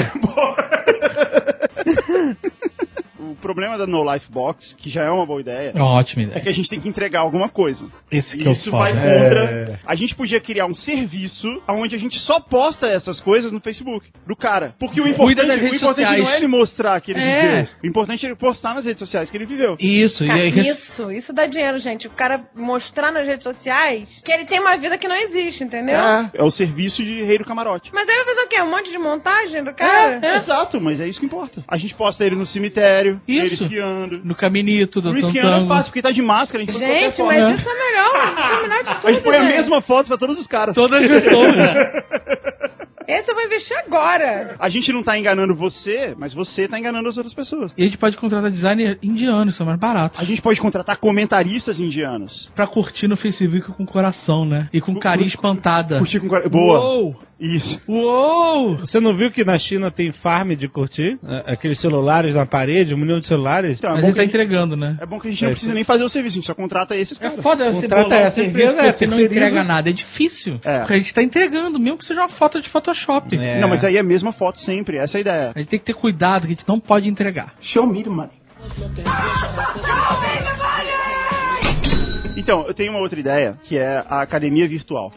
C: O problema da No Life Box, que já é uma boa ideia,
E: É uma ótima
C: é
E: ideia.
C: que a gente tem que entregar alguma coisa.
I: Esse que
C: E
I: eu
C: isso vai
I: falo.
C: contra.
I: É.
C: A gente podia criar um serviço onde a gente só posta essas coisas no Facebook do cara. Porque o importante,
E: das
C: o
E: redes
C: importante não
E: sociais.
C: é ele mostrar que ele
E: É.
C: viveu. O importante é ele postar nas redes sociais que ele viveu.
E: Isso, e
D: Cara,
E: aí,
D: isso, isso dá dinheiro, gente. O cara mostrar nas redes sociais que ele tem uma vida que não existe, entendeu?
C: É o serviço de rei do camarote.
D: Mas aí vai fazer o quê? Um monte de montagem do cara?
C: Exato, mas é isso que importa. A gente posta ele no cemitério, ele
E: Isso.
C: esquiando.
E: no caminito,
C: No
E: do
C: esquiando é
E: tango.
C: fácil, porque tá de máscara, a gente, põe qualquer
D: Gente,
C: foto.
D: mas isso é melhor. Isso é melhor de tudo,
C: A gente põe a
D: gente.
C: mesma foto pra todos os caras.
E: Todas as pessoas.
D: Esse eu vou investir agora.
C: A gente não tá enganando você, mas você tá enganando as outras pessoas.
E: E a gente pode contratar designer indiano, isso é mais barato.
C: A gente pode contratar comentaristas indianos.
E: Pra curtir no Facebook com coração, né? E com carinha espantada.
C: Curtir com... É. Boa.
E: Uou!
C: Isso.
I: Uou! Você não viu que na China tem farm de curtir?
B: É,
I: A- Aqueles celulares na parede, um milhão de celulares?
C: Então, é,
E: Mas
C: bom
E: ele
C: que,
E: tá
C: a gente-
E: entregando, né?
C: é bom que a gente não precisa nem fazer o serviço, a gente só contrata esses caras.
E: Foda você
I: Contrata
E: bolar um
I: essa
E: serviço
I: empresa,
E: que você não
I: terceiriza.
E: entrega nada. É difícil.
C: É.
E: Porque a gente tá entregando, mesmo que seja uma foto de Photoshop.
I: É.
C: Não, mas aí é a mesma foto sempre, essa é a ideia.
E: A gente tem que ter cuidado, que a gente não pode entregar.
C: Show me the money. Então, eu tenho uma outra ideia, que é a academia virtual.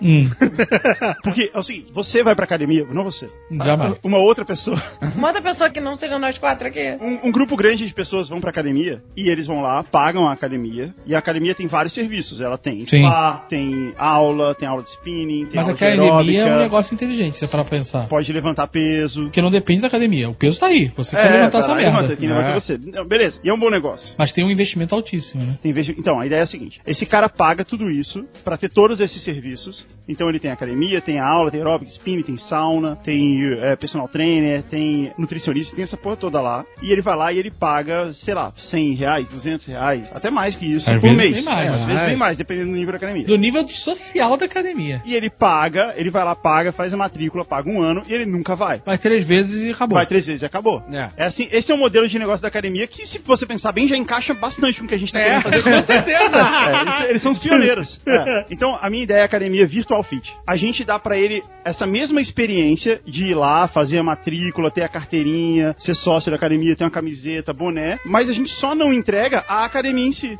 C: Porque, é o seguinte, você vai pra academia, não você,
E: Jamais.
C: uma outra pessoa,
D: Manda pessoa que não seja nós quatro aqui.
C: um, um grupo grande de pessoas vão pra academia, e eles vão lá, pagam a academia, e a academia tem vários serviços, ela tem
E: Sim.
C: spa, tem aula, tem aula de spinning, tem
E: Mas a
C: aula de
E: academia
C: aeróbica,
E: é um negócio inteligente, se você parar pra pensar.
C: pode levantar peso...
E: Porque não depende da academia. O peso tá aí. Você quer levantar
C: tá
E: essa
C: lá,
E: merda.
C: levanta, quem levanta é você. Não, beleza, e é um bom negócio.
E: Mas tem um investimento altíssimo, né?
C: Tem investi- Então, a ideia é a seguinte: esse cara paga tudo isso pra ter todos esses serviços. Então, ele tem academia, tem aula, tem aeróbica, spinning, tem sauna, tem eh, personal trainer, tem nutricionista, tem essa porra toda lá. E ele vai lá e ele paga, sei lá, 100 reais, 200 reais, até mais que isso
E: Às
C: por
E: vezes
C: mês.
E: bem mais,
C: É, às
E: né?
C: vezes bem mais, dependendo do nível da academia.
E: Do nível social da academia.
C: E ele paga, ele vai lá, paga, faz a matrícula, paga um ano e ele nunca vai.
E: Vai três vezes e acabou.
C: Vai três vezes e acabou. É assim, esse é um modelo de negócio da academia que, se você pensar bem, já encaixa bastante com o que a gente tá querendo fazer.
E: É, com certeza.
C: É, eles, eles são os pioneiros. É. Então, a minha ideia é a academia Virtual Fit. A gente dá pra ele essa mesma experiência de ir lá, fazer a matrícula, ter a carteirinha, ser sócio da academia, ter uma camiseta, boné, mas a gente só não entrega a academia em si.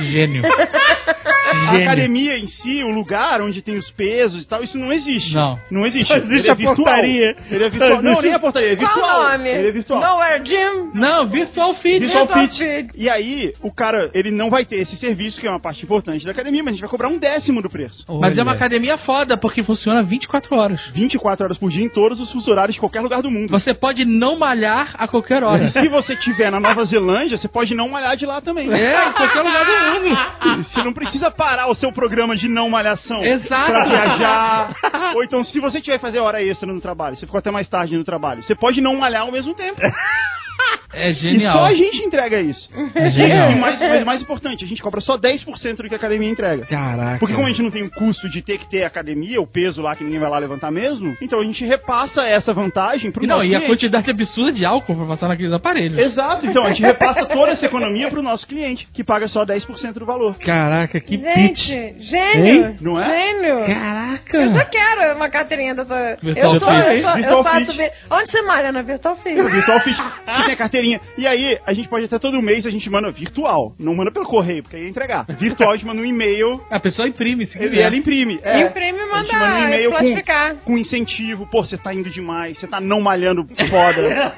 E: Gênio.
C: É. A
E: Gênio.
C: academia em si, o lugar onde tem os pesos e tal, isso não existe.
E: Não.
C: Não existe.
I: Só existe
C: ele é
I: a
C: virtual.
I: portaria.
C: Ele é virtual.
I: Só
C: Não,
I: existe-
C: nem a portaria, é virtual.
D: Qual o nome?
C: Ele é virtual.
D: Nowhere Jim.
E: Não, virtual é fit.
C: Virtual
D: Virtual
C: Fit.
D: Fit.
C: E aí, o cara, ele não vai ter esse serviço, que é uma parte importante da academia, mas a gente vai cobrar um décimo do preço.
E: Mas é uma academia foda, porque funciona 24 horas.
C: 24 horas por dia em todos os fusos horários de qualquer lugar do mundo.
E: Você pode não malhar a qualquer hora.
C: Se você tiver na Nova Zelândia, você pode não malhar de lá também.
E: É, em qualquer lugar do mundo.
C: Você não precisa parar o seu programa de não malhação
E: Exato.
C: pra viajar. Ou então, se você tiver que fazer hora extra no trabalho, você ficou até mais tarde no trabalho, você pode não malhar ao mesmo tempo.
E: É
C: E só
E: genial.
C: a gente entrega isso.
E: É
C: E
E: genial.
C: mais, mas mais importante, a gente cobra só 10% do que a academia entrega.
E: Caraca.
C: Porque como a gente não tem o custo de ter que ter academia, o peso lá que ninguém vai lá levantar mesmo, então a gente repassa essa vantagem pro
E: E não,
C: nosso
E: e a
C: cliente.
E: quantidade absurda de álcool pra passar naqueles aparelhos.
C: Exato, então a gente repassa toda essa economia pro nosso cliente, que paga só 10% do valor.
E: Caraca, que pitch.
D: Gente, gênio.
C: Hein? Não é?
D: Gênio.
E: Caraca.
D: Eu já quero uma carteirinha dessa.
E: Virtual
D: eu sou, eu
C: Fit.
D: sou, eu
C: Virtual
D: faço.
C: Fit.
D: vi- Onde você malha na Virtual Fit?
C: Virtual Fit, você tem a carteirinha. E aí, a gente pode até todo mês, a gente manda virtual. Não manda pelo correio, porque aí ia entregar. Virtual, a gente manda um e-mail
E: A pessoa imprime, se
C: e ela
E: quiser.
C: imprime. É.
D: Imprime
C: A
D: e
C: gente manda um
D: manda
C: e-mail
D: plastificar.
C: com, com incentivo. Pô, você tá indo demais, você tá não malhando foda.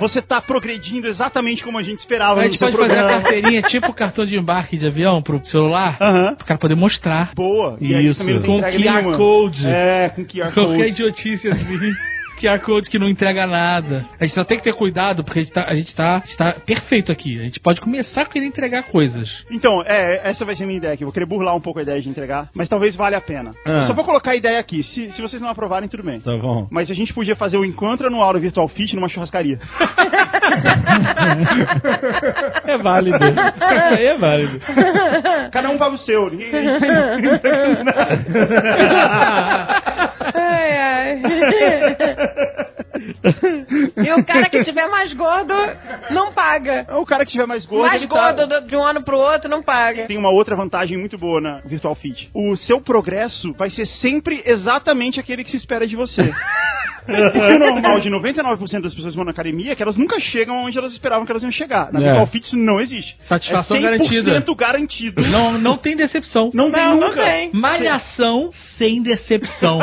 C: você tá progredindo exatamente como a gente esperava no
E: A gente
C: seu
E: pode fazer a
C: programa. Ah.
E: carteirinha tipo cartão de embarque de avião pro celular,
C: Aham.
E: pro cara poder mostrar.
C: Boa. E aí
I: Isso.
C: também não tem
E: Com
C: entrega
E: QR
C: nenhuma.
E: Code.
C: É, com QR
E: Qualquer
C: Code.
E: idiotice assim. QR Code que não entrega nada. A gente só tem que ter cuidado, porque a gente, tá, a gente tá- está perfeito aqui. A gente pode começar a querer entregar coisas.
C: Então, é, essa vai ser a minha ideia aqui. Eu Vou querer burlar um pouco a ideia de entregar, mas talvez valha a pena.
I: Ah.
C: Eu só vou colocar a ideia aqui. Se, se vocês não aprovarem, tudo bem.
I: Tá bom.
C: Mas a gente podia fazer o encontro anual do Virtual Fit numa churrascaria.
I: É válido. é válido.
C: Cada um paga o seu. ninguém-
D: Ai, ai. e o cara que tiver mais gordo não paga.
C: o cara que tiver mais gordo.
D: mais
C: ele tá-
D: gordo do- de um ano pro outro não paga.
C: Tem uma outra vantagem muito boa na Virtual Fit. O seu progresso vai ser sempre exatamente aquele que se espera de você. Porque o é normal de 99% das pessoas que vão na academia é que elas nunca chegam onde elas esperavam que elas iam chegar. Na
I: É.
C: Virtual Fit isso não existe.
E: Satisfação
C: é 100%
E: garantida.
C: garantido.
E: Não, não tem decepção.
C: Não tem
D: Não, não
C: nunca.
D: tem.
E: Malhação sem decepção.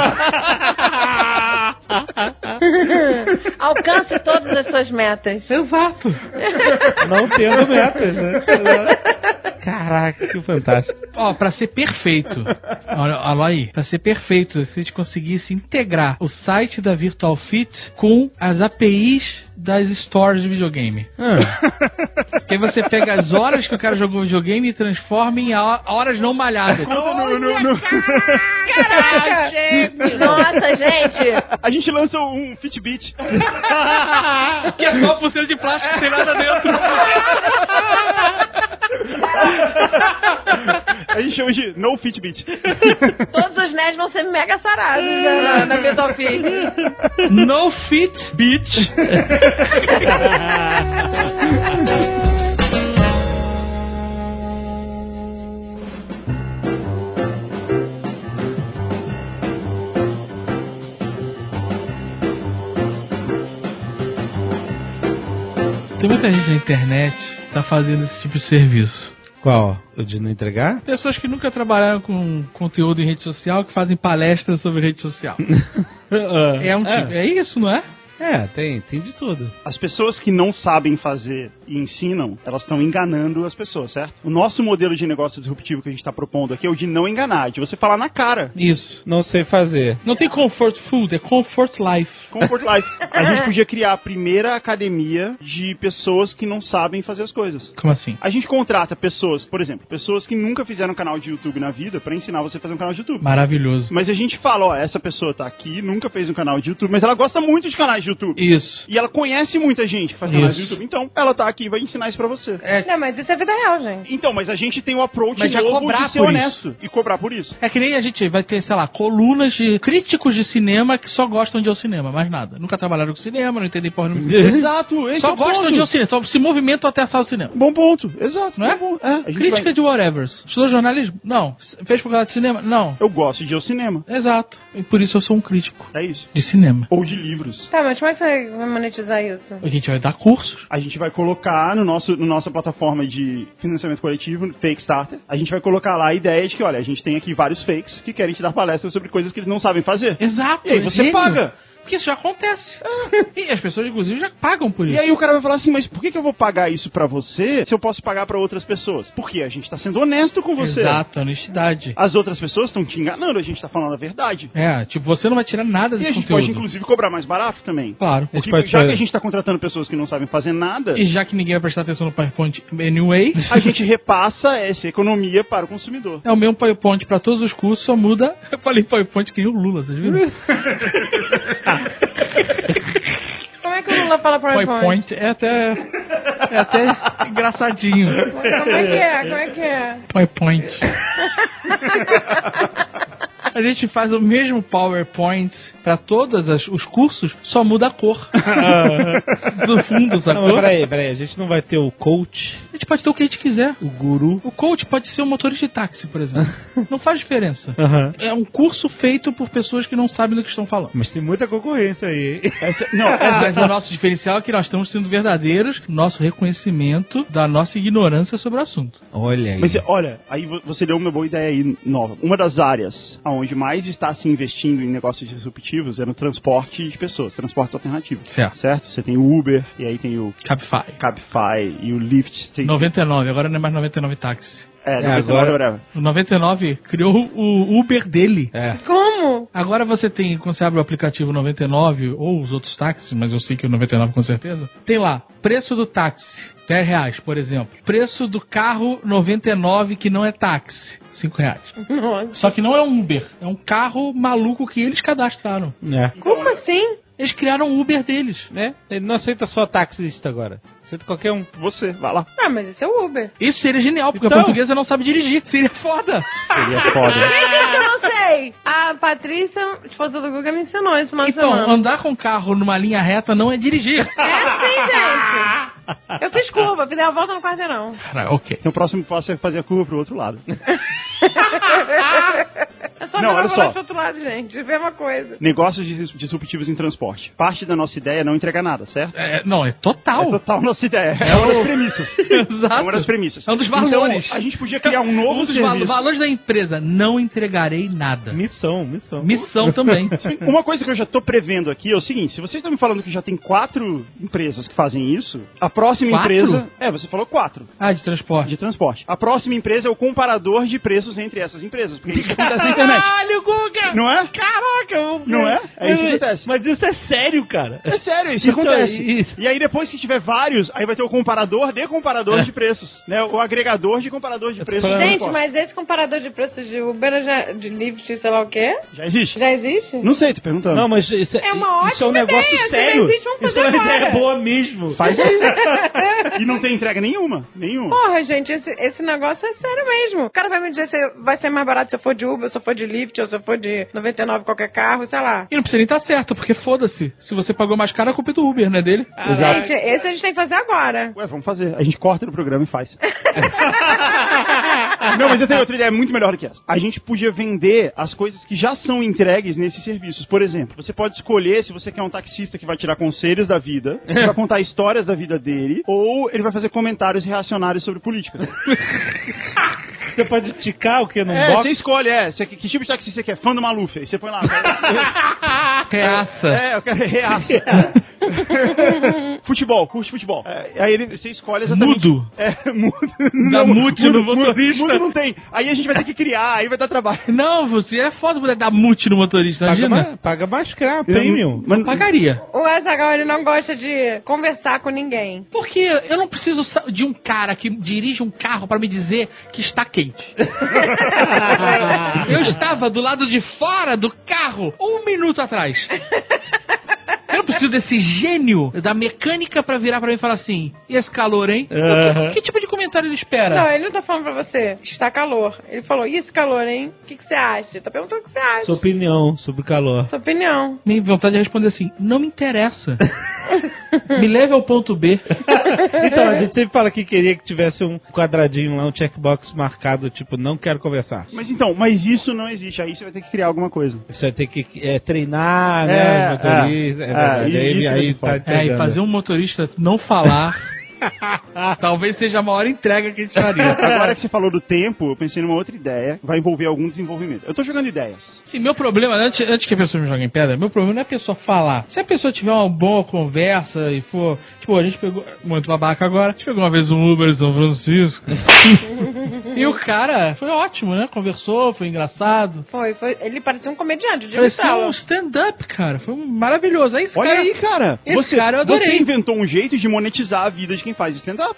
D: Alcance todas as suas metas.
E: Exato.
I: Não tendo metas, né? Caraca, que fantástico.
E: Ó, pra ser perfeito, olha, olha aí, pra ser perfeito, se a gente conseguisse integrar o site da Virtual Fit com as APIs das stores de videogame.
I: Ah.
E: Porque aí você pega as horas que o cara jogou videogame e transforma em ho- horas não malhadas.
C: No- no- no-
D: Caraca! Nossa, gente!
C: A gente lança um Fitbit.
E: Que é só pulseira de plástico sem nada dentro.
C: A gente chama de No Fitbit.
D: Todos os nerds vão ser mega sarados né, na, na Bitofit.
E: No fit, bitch. Tem muita gente na internet que tá fazendo esse tipo de serviço.
I: Qual? O de não entregar?
E: Pessoas que nunca trabalharam com conteúdo em rede social que fazem palestras sobre rede social. É um tipo, é isso, não é?
I: Ah, É, tem, tem de tudo.
C: As pessoas que não sabem fazer e ensinam, elas estão enganando as pessoas, certo? O nosso modelo de negócio disruptivo que a gente está propondo aqui é o de não enganar, de você falar na cara.
E: Isso.
I: Não sei fazer.
E: Não tem comfort food, é comfort life.
C: Comfort Life. A gente podia criar a primeira academia de pessoas que não sabem fazer as coisas.
E: Como assim?
C: A gente contrata pessoas, por exemplo, pessoas que nunca fizeram um canal de YouTube na vida para ensinar você a fazer um canal de YouTube.
E: Maravilhoso.
C: Mas a gente fala, ó, essa pessoa tá aqui, nunca fez um canal de YouTube, mas ela gosta muito de canais de YouTube.
E: Isso.
C: E ela conhece muita gente que faz canais de
E: Isso.
C: YouTube. Então, ela tá aqui e vai ensinar isso pra você.
D: Não, mas isso é vida real, gente.
C: Então, mas a gente tem o approach
E: Mas já
C: novo
E: cobrar
C: de ser
E: por
C: honesto e cobrar por isso.
E: É que nem a gente vai ter, sei lá, colunas de críticos de cinema que só gostam de ir ao cinema, mais nada. Nunca trabalharam com cinema, não entendem porra nenhuma.
C: Exato, esse é
E: Uhum. Só
C: o
E: gostam
C: ponto.
E: de ir ao cinema, só se movimentam até a sala do cinema.
C: Bom ponto, exato.
E: Não é?
C: bom ponto. É, a gente
E: Crítica
C: vai-
E: de whatever. Estudou jornalismo? Não. Fez faculdade de cinema? Não.
C: Eu gosto de ir ao cinema,
E: Exato. E por isso eu sou um crítico
C: é isso.
E: de cinema.
C: Ou de livros.
D: Tá, mas como é que você vai monetizar isso?
E: A gente vai dar cursos.
C: A gente vai colocar no nosso, no nossa plataforma de financiamento coletivo, no Fake Starter, a gente vai colocar lá a ideia de que, olha, a gente tem aqui vários fakes que querem te dar palestras sobre coisas que eles não sabem fazer.
E: Exato. é
C: E aí você
E: gênio.
C: paga. É.
E: Porque isso já acontece. E as pessoas, inclusive, já pagam por
C: E
E: isso.
C: aí o cara vai falar assim, mas por que, que eu vou pagar isso pra você se eu posso pagar pra outras pessoas? Porque a gente tá sendo honesto com você.
E: Exato, honestidade.
C: As outras pessoas estão te enganando, a gente tá falando a verdade.
E: É, tipo, você não vai tirar nada
C: E
E: desse
C: a gente
E: conteúdo.
C: pode, inclusive, cobrar mais barato também.
E: Claro.
C: Porque
I: pode
C: já
I: fazer-
C: que a gente tá contratando pessoas que não sabem fazer nada,
E: E já que ninguém vai prestar atenção no PowerPoint anyway,
C: a gente repassa essa economia para o consumidor.
E: é o mesmo PowerPoint pra todos os cursos, só muda. Eu falei PowerPoint que nem o Lula, vocês viram?
D: Como é que o Lula fala PowerPoint?
E: PowerPoint é até. É até engraçadinho.
D: Como é que é? Como é que é?
E: PowerPoint. A gente faz o mesmo PowerPoint pra todos os cursos, só muda a cor do fundo,
I: Não, mas
E: sacou?
I: peraí, peraí. A gente não vai ter o coach,
E: A gente pode ter o que a gente quiser.
I: o guru.
E: O coach pode ser um motorista de táxi, por exemplo. Não faz diferença.
I: Aham.
E: É um curso feito por pessoas que não sabem do que estão falando.
I: Mas tem muita concorrência aí, hein?
C: Não,
E: tá, Mas o nosso diferencial é que nós estamos sendo verdadeiros, nosso reconhecimento da nossa ignorância sobre o assunto.
I: Olha aí.
C: Mas olha, aí vo- você deu uma boa ideia aí nova. Uma das áreas onde mais está se investindo em negócios disruptivos é no transporte de pessoas, transportes alternativos.
E: Certo.
C: Você tem o Uber, e aí tem o
E: Cabify.
C: Cabify e o Lyft. Tem,
E: 99, agora não é mais 99 táxi.
C: é,
I: É,
C: 99,
I: agora-
C: whatever.
E: O 99 criou o Uber dele.
I: É.
D: Como?
E: Agora você tem, quando você abre o aplicativo 99 ou os outros táxis, mas eu sei que o 99 com certeza, tem lá, preço do táxi, 10 reais, por exemplo. Preço do carro 99 que não é táxi, 5 reais.
D: Nossa.
E: Só que não é um Uber, é um carro maluco que eles cadastraram.
I: É.
D: Como assim?
E: Eles criaram o Uber deles.
I: Né? Ele não aceita só taxista agora. Aceita qualquer um.
C: Você, vai lá.
D: Ah, mas isso é o Uber.
E: Isso seria genial, porque
I: Então.
E: a portuguesa não sabe dirigir. Seria foda.
C: Seria foda.
D: Quem disse que eu não sei? A Patrícia, esposa do Guga, me ensinou isso uma
E: Então,
D: semana.
E: andar com carro numa linha reta não é dirigir.
D: É assim, gente. Eu fiz curva, fiz a volta no quarteirão.
E: Cara, ok.
C: Então o próximo passo é fazer a curva pro outro lado.
D: É só
C: Não,
D: virar
C: olha
D: a
C: só.
D: volta pro outro lado, gente. Mesma coisa.
C: Negócios dis- disruptivos em transporte. Parte da nossa ideia é não entregar nada, certo?
E: É, não, é
C: É
E: total.
C: total nossa ideia. É,
E: É
C: uma
E: o-
C: das premissas.
E: Exato.
C: É uma das premissas.
E: É um dos valores.
C: Então, a gente podia criar um novo
E: um dos val-
C: serviço.
E: valores da empresa. Não entregarei nada.
I: Missão, missão.
E: Missão também.
C: É. Uma coisa que eu já tô prevendo aqui é o seguinte: se vocês estão me falando que já tem quatro empresas que fazem isso, a próxima
E: Quatro?
C: empresa. É, você falou quatro
E: Ah, de transporte.
C: de transporte. A próxima empresa é o comparador de preços entre essas empresas, porque isso acontece na internet.
B: Caralho, Guga!
C: Não é?
B: Caraca! eu-
C: Não é? É isso que acontece.
B: Mas isso é sério, cara.
C: É sério, isso,
B: Isso
C: acontece.
B: aí, isso.
C: E aí depois que tiver vários, aí vai ter o comparador de
B: É.
C: comparadores de preços, né? O agregador de comparadores de preços.
D: Gente, mas esse comparador de preços de Uber, já, de Lyft, sei lá o quê,
C: Já existe?
D: já existe?
C: Não sei, tô perguntando.
B: Não, mas isso é,
D: É uma
B: isso é um
D: ótima
B: negócio
D: ideia, se
B: sério.
D: não existe, vamos
B: isso é
D: fazer
B: uma
D: agora.
B: ideia boa mesmo.
C: Faz aí. e não tem entrega nenhuma. Nenhuma.
D: Porra, gente, esse, esse negócio é sério mesmo. O cara vai me dizer se vai ser mais barato se eu for de Uber, se eu for de Lyft, ou se eu for de 99 qualquer carro, sei lá.
E: E não precisa nem estar certo, porque foda-se. Se você pagou mais caro, a culpa é do Uber, não é dele?
C: Ah,
D: Gente, esse a gente tem que fazer agora.
C: Ué, vamos fazer. A gente corta no programa e faz. Não, mas eu tenho outra ideia muito melhor do que essa. A gente podia vender as coisas que já são entregues nesses serviços. Por exemplo, você pode escolher se você quer um taxista que vai tirar conselhos da vida, que vai contar histórias da vida dele, ou ele vai fazer comentários reacionários sobre política.
I: Você pode ticar o que num
C: É,
I: box?
C: você escolhe, é. Você- que tipo de taxista você quer? Fã do Maluf? Aí você põe lá.
E: Reaça.
C: É, eu quero reaça. futebol, curte futebol. É, aí ele, você escolhe exatamente.
E: Mudo.
C: É, mudo.
E: Dá mute no
C: mudo,
E: motorista.
C: Mudo não tem. Aí a gente vai ter que criar, aí vai dar trabalho.
E: Não, você é foda poder dar mute no motorista,
I: Paga
E: imagina.
I: mais, paga mais caro, premium.
C: Mas-
E: Pagaria.
D: O Azaghal, ele não gosta de conversar com ninguém.
E: Porque eu não preciso sa- de um cara que dirige um carro pra me dizer que está quente. eu estava do lado de fora do carro um minuto atrás. Eu não preciso desse gênio da mecânica pra virar pra mim e falar assim: e esse calor, hein?
B: Aham.
E: Que, que tipo de comentário
D: Não,
E: ele espera?
D: ele não tá falando pra você, está calor. Ele falou, e esse calor, hein? O que, que você acha? Tá perguntando o que você acha.
B: Sua opinião sobre o calor.
D: Sua opinião.
E: Nem vontade de responder assim: não me interessa. me leve ao ponto B.
I: Então, a gente sempre fala que queria que tivesse um quadradinho lá, um checkbox marcado, tipo, não quero conversar.
C: Mas então, mas isso não existe. Aí você vai ter que criar alguma coisa.
I: Você vai ter que é, treinar,
C: É,
I: né, os motoristas.
C: é,
I: É,
B: Ah,
I: verdade.
C: é,
I: aí,
C: isso
I: aí
C: você
I: tá
C: fala.
E: É, e
I: entregando.
E: fazer um motorista não falar. Talvez seja a maior entrega que a gente faria.
C: Agora que você falou do tempo, eu pensei numa outra ideia. Vai envolver algum desenvolvimento. Eu tô jogando ideias.
E: Sim, meu problema, antes, antes que a pessoa me jogue em pedra, meu problema não é a pessoa falar. Se a pessoa tiver uma boa conversa e for. Tipo, a gente pegou. Muito babaca agora. A gente pegou uma vez um Uber em São Francisco. e o cara foi ótimo, né? Conversou, foi engraçado.
D: Foi, foi. Ele parecia um comediante, de
E: Parecia
D: sala.
E: um stand-up, cara. Foi um- maravilhoso. Aí esse
C: Olha
E: cara-
C: aí, cara.
E: esse
C: você,
E: cara eu adorei.
C: você inventou um jeito de monetizar a vida de quem faz stand-up.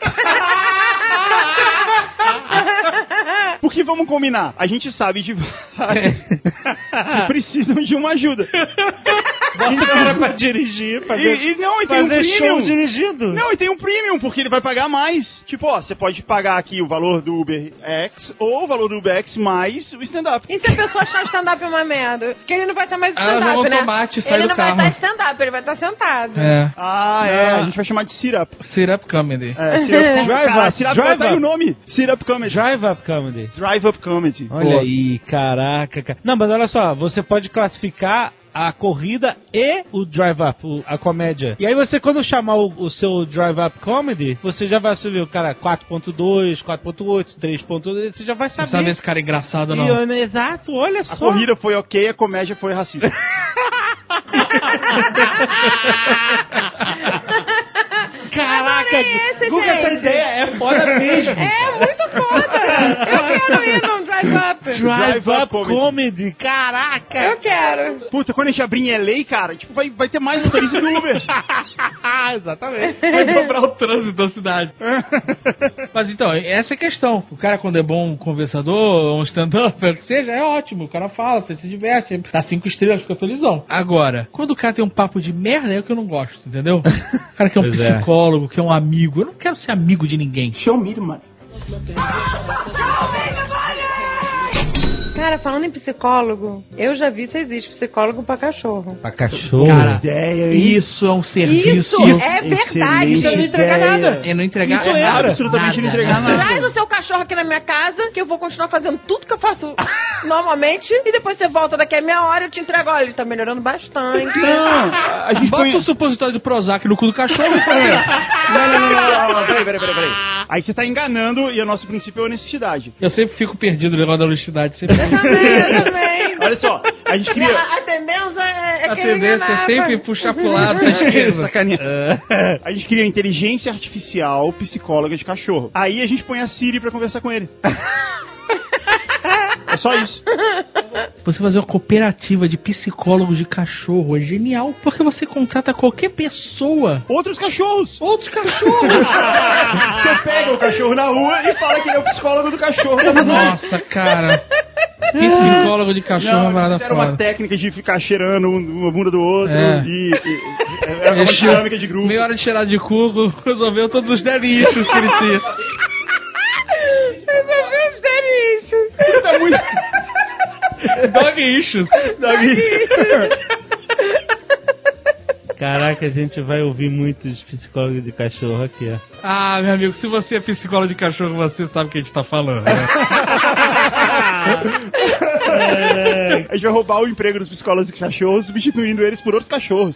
C: Porque vamos combinar, a gente sabe de vários que precisam de uma ajuda.
B: um
I: Bota o cara pra dirigir,
C: E,
I: fazer,
C: e não, e tem um
I: fazer show
C: premium.
I: dirigindo.
C: Não, e tem um premium, porque ele vai pagar mais. Tipo, ó, você pode pagar aqui o valor do Uber X ou o valor do Uber X mais o stand-up.
D: E se a pessoa achar o stand-up uma merda? Porque ele não vai estar mais
E: Ah, joga
D: stand-up,
E: um
D: né?
E: tomate e sai
D: ele
E: do
D: não
E: carro.
D: vai estar stand-up, ele vai estar sentado.
E: É.
C: Ah, é, a gente vai chamar de Sit-Up.
E: Sit-up comedy.
C: É, Sit-Up
I: Drive
C: Caralho,
I: up,
C: Sit-Up,
I: drive
C: bota aí
I: up.
C: o é nome. Sit-Up Comedy.
I: Drive Up Comedy.
C: Drive Up Comedy.
I: Olha aí, caraca, cara. Não, mas olha só, você pode classificar a corrida e o drive-up, o- a comédia. E aí você, quando chamar o, o seu drive-up comedy, você já vai subir o cara 4.2, 4.8, 3.2, você já vai
E: Você
I: saber.
E: sabe esse cara engraçado ou
I: E,
E: não?
I: olha, Exato, olha
C: A
I: só.
C: corrida foi ok, a comédia foi racista.
I: Caraca,
D: Adorei esse,
I: Guga,
D: gente.
I: essa ideia é foda mesmo.
D: É muito foda! Eu quero ir num drive-up.
I: Drive,
C: Drive
I: up
C: Up
I: comedy. caraca.
D: Eu quero.
C: Puta, quando a gente abrir em LA, cara, tipo, vai, vai ter mais motorista do Uber. Exatamente.
E: Vai dobrar o trânsito da cidade. Mas então, essa é a questão. O cara, quando é bom conversador, um stand-up, o que seja, é ótimo. O cara fala, você se diverte, dá cinco estrelas, fica felizão. Agora, quando o cara tem um papo de merda, é o que eu não gosto, entendeu? O cara que é um
I: Pois é.
E: psicólogo, que é um amigo. Eu não quero ser amigo de ninguém.
D: Cara, falando em psicólogo, eu já vi se existe psicólogo pra cachorro.
I: Pra cachorro.
E: Cara,
C: Ideia, hein?
E: isso é um serviço.
D: Isso, é verdade.
C: Excelente
D: Isso não entrega
C: ideia.
D: nada.
E: É não entregar
C: Isso era
E: nada.
C: absolutamente não entregar nada.
D: Traz o seu cachorro aqui na minha casa, que eu vou continuar fazendo tudo que eu faço normalmente. E depois você volta daqui a meia hora e eu te entrego. Olha, ele tá melhorando bastante.
C: Não, Ah, a gente
E: Bota
C: conhe-
E: o supositório de Prozac no cu do cachorro.
C: Não, não, não, não, não, não, peraí, peraí, peraí, peraí. Aí você tá enganando e o nosso princípio é honestidade.
E: eu sempre fico perdido no negócio da honestidade. Sempre...
D: Eu também, eu Tá também.
C: Olha só, a gente
D: Minha-
C: queria.
D: a tendência é, é
E: A
D: querer
E: tendência é
D: enganar,
E: sempre
D: vai.
E: puxar pro lado, pra esquerda.
C: Sacaneia. Ah, A gente queria inteligência artificial psicóloga de cachorro. Aí a gente põe a Siri pra conversar com ele. É só isso.
E: Você fazer uma cooperativa de psicólogos de cachorro é genial, porque você contrata qualquer pessoa,
C: Outros cachorros!
E: outros cachorros.
C: Você pega o cachorro na rua e fala que ele é o psicólogo do cachorro.
E: Nossa, cara. Psicólogo de cachorro é uma
C: Não, eles
E: parada
C: fizeram uma
E: foda.
C: técnica de ficar cheirando um- uma bunda do outro
E: É.
C: e, e- é uma
E: Deixa-
C: dinâmica de grupo.
E: Meia hora de cheirar de cu, resolveu todos os delícios que ele tinha.
D: Resolveu os delícios.
C: Tá muito...
E: Dog issues.
B: Caraca, a gente vai ouvir muitos psicólogos de cachorro aqui, ó.
E: Ah, meu amigo, se você é psicólogo de cachorro, você sabe o que a gente tá falando.
C: É,
E: né?
C: A gente vai roubar o emprego dos psicólogos de cachorros, substituindo eles por outros cachorros.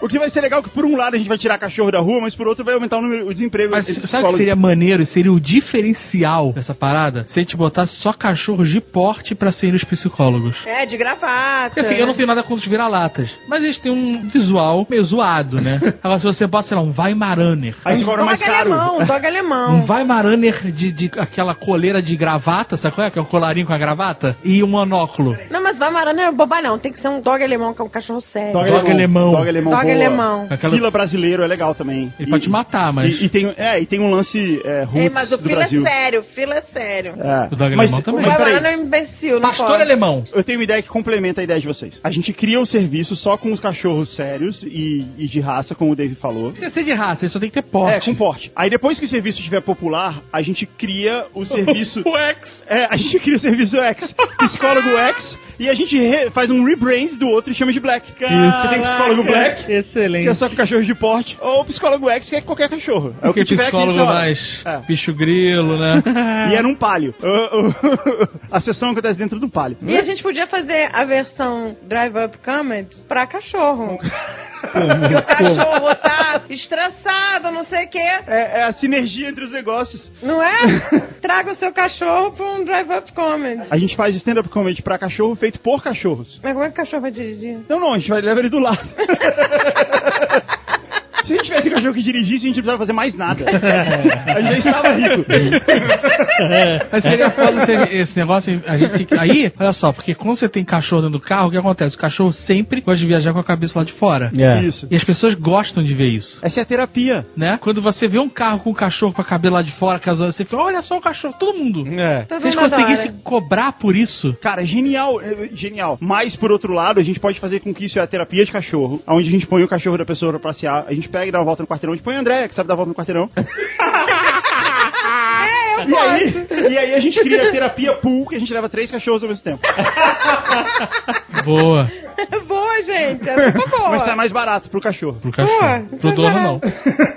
C: o que vai ser legal é que, por um lado, a gente vai tirar cachorro da rua, mas por outro, vai aumentar o, número, o desemprego.
E: Mas
C: entre
E: sabe o que
C: psicólogos.
E: seria maneiro? Seria o diferencial dessa parada? Se a gente botasse só cachorros de porte pra serem os psicólogos.
D: É, de gravata.
E: Porque assim, eu não tenho nada contra os vira-latas, mas eles têm um visual meio zoado, né? Agora, se você bota, sei lá, um Weimaraner,
C: Aí se for
D: Dog
C: mais caro.
D: alemão, dog alemão.
E: um Weimaraner de, de aquela coleira de gravata, sabe qual é? Que é um colarinho com a gravata, e um monóculo.
D: Não, mas Vamarana é boba não. Tem que ser um dog alemão, que é um cachorro sério. Dog,
E: Dog alemão.
C: Dog alemão. boa.
D: alemão.
E: Aquela...
C: Fila brasileiro é legal também.
E: Ele pode te matar, mas...
C: E, e tem, é, e tem um lance é, roots
D: É, mas o
C: do
D: fila é
C: Brasil.
D: sério, o fila é sério.
C: É.
E: O dog
C: Mas-
E: alemão também.
D: O
C: mas peraí.
D: Vamarana é um imbecil, não
E: Pastor
D: pode.
E: alemão.
C: Eu tenho uma ideia que complementa a ideia de vocês. A gente cria o serviço só com os cachorros sérios e, e de raça, como o Dave falou.
E: Precisa ser de raça, ele só tem que ter porte.
C: É, com porte. Aí depois que o serviço estiver popular, a gente cria o serviço.
E: O ex.
C: é, a gente cria o serviço X, psicólogo X, e a gente re- faz um rebrand do outro e chama de Black. Você tem psicólogo Black, que é
B: Excelente.
C: só com cachorro de porte, ou psicólogo X, que é qualquer cachorro. É o que
E: Porque
C: tiver aqui,
E: psicólogo
C: então,
E: mais
C: É.
E: bicho grilo, né?
C: E era um palio. A sessão acontece dentro do palio.
D: E a gente podia fazer a versão Drive Up Comedy pra cachorro. que o cachorro tá estressado, não sei o quê.
C: É, é a sinergia entre os negócios.
D: Não é? Traga o seu cachorro pra um Drive Up Comedy.
C: A gente faz stand-up comedy pra cachorro feito por cachorros.
D: Mas como é que o cachorro vai dirigir?
C: Não, Então não, a gente vai levar ele do lado. Se a gente tivesse um cachorro que dirigisse, a gente não precisava fazer mais nada. A gente já estava rico.
E: Mas seria foda ter É. esse negócio. A gente, se- aí, olha só, porque quando você tem cachorro dentro do carro, o que acontece? O cachorro sempre gosta de viajar com a cabeça lá de fora.
I: É.
B: É.
C: Isso.
E: E as pessoas gostam de ver isso,
C: Essa é a terapia.
E: né? Quando você vê um carro com um cachorro com a cabeça lá de fora, casando, você fala, olha só o cachorro, todo
C: Hum,
E: mundo.
B: É.
D: Todo
E: Se eles
D: mundo adora.
E: conseguissem cobrar por isso,
C: Cara, é genial, é, é genial. Mas, por outro lado, a gente pode fazer com que isso é a terapia de cachorro, onde a gente põe o cachorro da pessoa pra passear, a gente pega e dá uma volta no quarteirão, a gente põe o André, que sabe dar volta no quarteirão. e, aí, e aí a gente cria a terapia pool, que a gente leva três cachorros ao mesmo tempo.
E: boa.
D: É boa, gente. Essa ficou boa.
C: Mas sai mais barato pro cachorro.
E: Pro cachorro.
D: Boa.
E: tá Pro dono, não.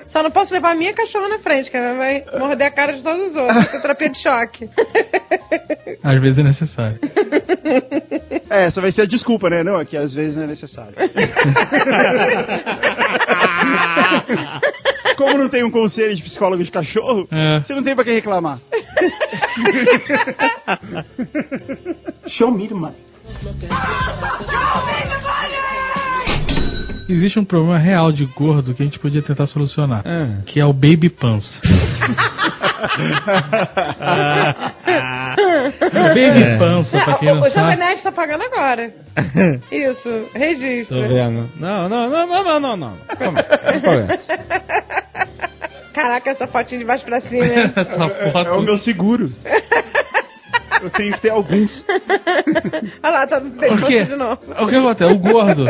D: Só não posso levar a minha cachorra na frente, que ela vai morder a cara de todos os outros. com terapia de choque.
E: Às vezes é necessário.
C: É, essa vai ser a desculpa, né? Não, é que às vezes não é necessário. Como não tem um conselho de psicólogo de cachorro,
E: É.
C: você não tem pra quem reclamar. Show me the money.
E: Existe um problema real de gordo que a gente podia tentar solucionar,
I: Ah,
E: que é o baby pants. baby pança, pra quem
D: o
E: não
D: o Jovem
E: sabe.
D: Nerd tá pagando agora. Isso,
E: Então
B: Tô
I: tá
D: registra.
B: vendo. Não, não, não, não, não, não, não. Come- não começa.
D: Caraca, essa fotinha de baixo pra cima, hein?
E: Essa
C: É o
E: foto.
C: meu seguro. Eu tenho que ter alguns.
D: Olha lá, tá dentro
E: Por quê?
D: de novo.
E: O que acontece? O gordo.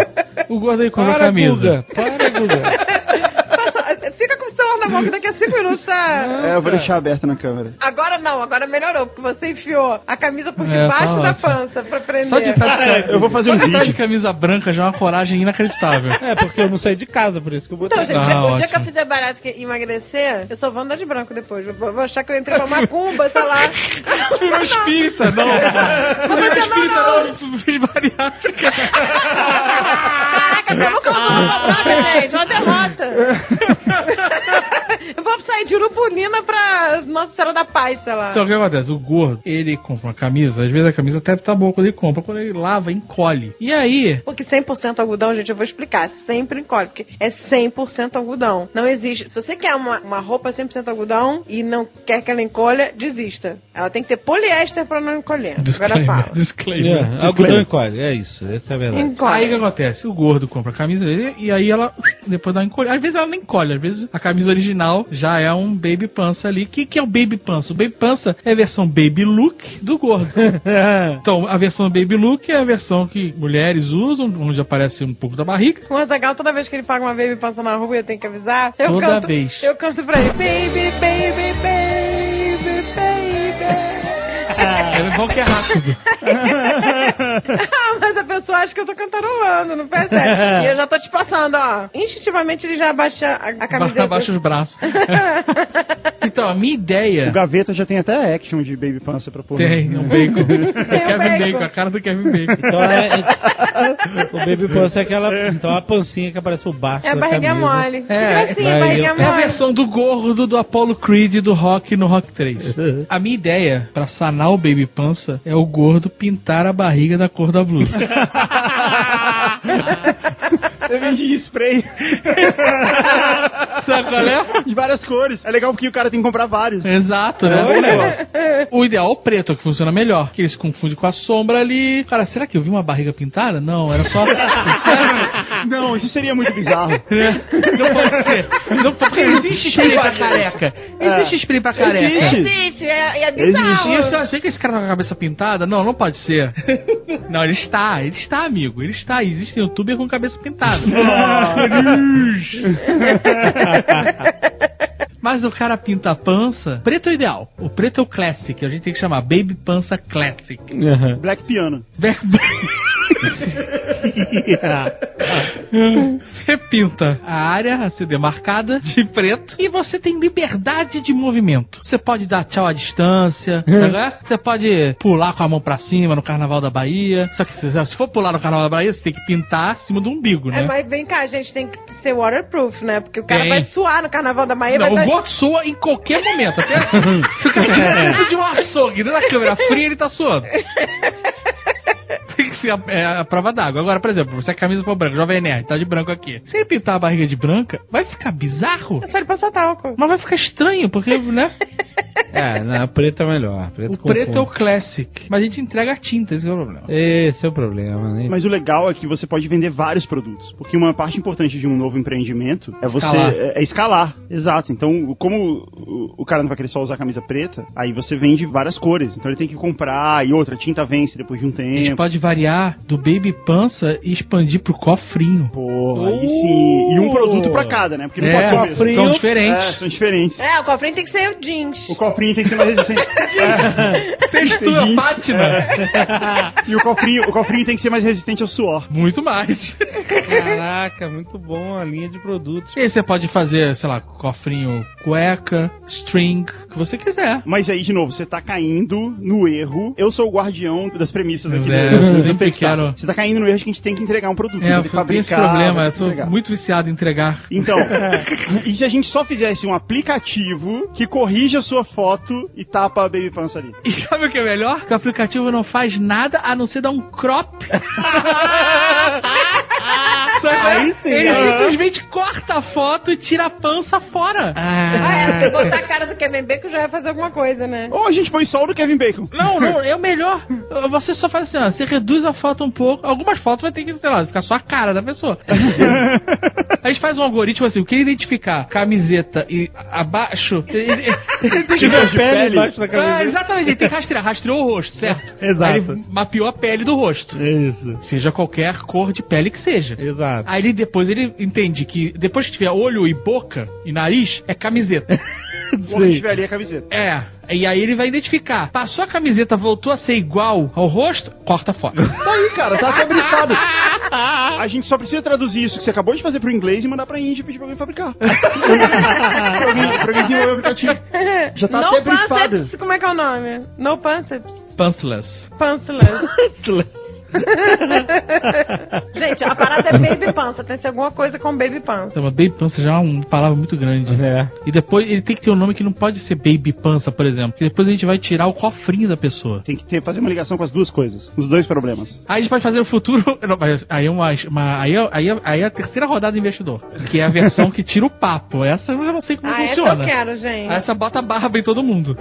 E: O gordo aí compra a camisa.
B: Para, Guga.
D: Passa- Fica com o celular na mão que daqui a cinco minutos tá.
C: É, eu vou deixar aberta na câmera.
D: Agora não, agora melhorou, porque você enfiou a camisa por
E: É,
D: debaixo
E: tá
D: da
E: ótimo.
D: pança pra prender.
E: Só de estar de,
C: Eu vou fazer um
E: só de, estar de
C: vídeo.
E: camisa branca já é uma coragem inacreditável.
B: É, porque eu não saí de casa, por isso que eu botei.
D: Então, gente,
E: Ah,
D: o dia que eu
E: ótimo.
D: fizer barato que emagrecer, eu só vou andar de branco depois. Eu Vou, vou achar que eu entrei pra macumba, sei lá.
E: Virou espírita, não. Virou espírita, não. Fiz bariátrica.
D: Caraca, acabou que eu vou uma derrota, gente. Uma derrota. Eu vou pra sair de Urubunina pra Nossa Senhora da Paz, sei lá.
E: Então o que acontece? O gordo, ele compra uma camisa, às vezes a camisa até tá boa quando ele compra, quando ele lava, encolhe. E aí,
D: Porque 100% algodão, gente, eu vou explicar. Sempre encolhe, porque é 100% algodão. Não existe. Se você quer uma, uma roupa 100% algodão e não quer que ela encolha, desista. Ela tem que ter poliéster pra não encolher. Agora
E: disclaimer,
D: fala.
E: disclaimer.
B: É, algodão encolhe, é isso, essa é a verdade.
D: Encolhe.
E: Aí o que acontece? O gordo compra a camisa dele e aí ela depois dá uma encolha. Às vezes ela nem encolhe, às vezes a camisa original já é um baby pança ali. O que, que é o baby pança? O baby pança é a versão baby look do gordo.
D: É.
E: então, a versão baby look é a versão que mulheres usam, onde aparece um pouco da barriga.
D: O Azaghal, toda vez que ele paga uma baby passa na rua, eu tenho que avisar. Eu
E: Toda
D: canto,
E: vez.
D: Eu canto pra ele. Baby, baby, baby, baby.
E: É bom que é rápido.
D: ah, mas a pessoa acha que eu tô cantarolando, não percebe? e eu já tô te passando, ó. Instintivamente ele já abaixa a, a camiseta.
E: Abaixa os braços. então, a minha ideia.
C: O né? Gaveta já tem até action de Baby Pança pra pôr.
E: Tem um bacon. Kevin
D: bacon.
E: Bacon, a cara do Kevin Bacon.
B: Então é, é- o baby pants é aquela, então é a pancinha que aparece por baixo
D: É a
B: da
D: barriguinha
B: camisa.
D: mole.
E: É,
D: que gracinha,
B: vai,
D: barriguinha
E: É a
D: mole.
E: versão do gordo do Apollo Creed do Rock no Rock 3. A minha ideia pra sanar o Baby Pança é o gordo pintar a barriga da cor da blusa.
C: Você vende spray
E: Sabe qual é?
C: de várias cores. É legal porque o cara tem que comprar vários.
E: Exato, né? Bom negócio. O ideal é o preto, é o que funciona melhor. Que ele se confunde com a sombra ali. Cara, será que eu vi uma barriga pintada? Não, era só.
C: Não, isso seria muito bizarro.
E: Né? Não pode ser. Não, porque existe spray pra careca. Existe spray pra careca.
D: Existe, é, é bizarro.
E: Isso, eu achei que esse cara tá com a cabeça pintada. Não, não pode ser. não, ele está, ele está, amigo. Ele está. Existe um youtuber com cabeça pintada. Mas o cara pinta a pança. Preto é o ideal. O preto é o classic. A gente tem que chamar Baby Pança Classic.
B: Aham.
C: Black Piano.
E: Back- Você pinta a área a ser demarcada de preto e você tem liberdade de movimento. Você pode dar tchau à distância, né? você pode pular com a mão pra cima no Carnaval da Bahia. Só que se, se for pular no Carnaval da Bahia, você tem que pintar acima do umbigo,
D: É,
E: né?
D: mas vem cá, gente, tem que ser waterproof, né? Porque o cara
E: Tem.
D: vai suar no carnaval da Bahia,
E: Não,
D: vai
E: o
D: dar...
E: gordo soa em qualquer momento. Até se o cara estiver dentro de um açougue, dentro da câmera fria, ele tá suando. Tem que ser a, é a prova d'água. Agora, por exemplo, se a camisa for branca, jovem nerd, tá de branco aqui. Se ele pintar a barriga de branca, vai ficar bizarro.
D: É só ele passar talco.
E: Mas vai ficar estranho, porque, né?
B: É, não, preto é melhor. Preto
E: O preto é o
B: confunde.
E: classic. Mas a gente entrega a tinta, esse que é o problema.
B: Esse é o problema, né?
C: Mas o legal é que você pode vender vários produtos. Porque uma parte importante de um novo empreendimento é você
E: Escalar.
C: É, é escalar. Exato. Então, como o, o cara não vai querer só usar camisa preta, aí você vende várias cores. Então ele tem que comprar e outra, a tinta vence depois de um
E: A gente
C: tempo.
E: pode variar do baby pança e expandir pro cofrinho.
C: Pô, aí sim. E um
B: Uh!
C: produto pra cada, né? Porque
E: É,
C: não pode ser o
B: cofrinho.
C: mesmo.
E: são diferentes.
C: É, são diferentes.
D: É, o cofrinho tem que ser o jeans.
C: O cofrinho tem que ser mais resistente.
E: Textura
C: Tem
E: pátina.
C: É. e o cofrinho, o cofrinho tem que ser mais resistente ao suor.
E: Muito mais.
B: Caraca, muito bom a linha de produtos.
E: E aí você pode fazer, sei lá, cofrinho cueca, string, o que você quiser.
C: Mas aí, de novo, você tá caindo no erro. Eu sou o guardião das premissas aqui.
E: É,
C: do-
E: eu
C: do
E: sempre
C: Textar.
E: quero-
C: Você tá caindo no erro de que a gente tem que entregar um produto.
E: É,
C: tem
E: eu
C: que
E: tenho esse
C: fabricar,
E: problema, é eu
C: tem que
E: sou
C: entregar.
E: muito viciado em entregar.
C: Então, e se a gente só fizesse um aplicativo que corrija a sua foto e tapa a baby pança ali?
E: E sabe o que é melhor? Que o aplicativo não faz nada a não ser dar um crop. Sabe? Ele simplesmente corta a foto e tira a pança fora.
D: Ah, é, se botar a cara do Kevin Bacon já vai fazer alguma coisa, né?
C: Ou a gente põe só o do Kevin Bacon.
E: Não, não, é o melhor. Você só faz assim, ó, você reduz a foto um pouco. Algumas fotos vai ter que, sei lá, ficar só a cara da pessoa. a gente faz um algoritmo assim, o que ele identificar camiseta e abaixo. Ele, ele tem que
C: de pele.
B: embaixo da
E: Ah,
B: camisa.
E: exatamente, ele tem que rastrear, rastreou o rosto, certo?
B: Exato.
E: Aí ele mapeou a pele do rosto.
B: Isso,
E: Seja qualquer cor de pele que seja.
B: exato.
E: Aí ele depois ele entende que depois que tiver olho e boca e nariz, é camiseta.
C: Ou a gente vê ali a camiseta.
E: É, e aí ele vai identificar. Passou a camiseta, voltou a ser igual ao rosto, corta a foto.
C: Tá aí, cara, tá fabricado. A gente só precisa traduzir isso que você acabou de fazer pro inglês e mandar pra Índia e pedir pra alguém fabricar. pra alguém, pra alguém desenvolver o aplicativo. Já tá
D: no
C: até brifado.
D: Como é que é o nome? No Panceps.
E: Pantless.
D: Panceless. Gente, a parada é baby pança. Tem que ser alguma coisa com baby pança.
E: Então, mas baby pança já é uma palavra muito grande.
I: É.
E: E depois ele tem que ter um nome que não pode ser baby pança, por exemplo. Porque depois a gente vai tirar o cofrinho da pessoa.
C: Tem que ter, fazer uma ligação com as duas coisas, os dois problemas.
E: Aí a gente pode fazer o futuro. não, mas aí, é uma, uma- aí, é- aí, é- aí é a terceira rodada do investidor. Que é a versão que tira o papo. Essa eu já não sei como
D: Ah, essa eu
E: funciona. Ah,
D: quero, gente.
E: Essa bota barba em todo mundo.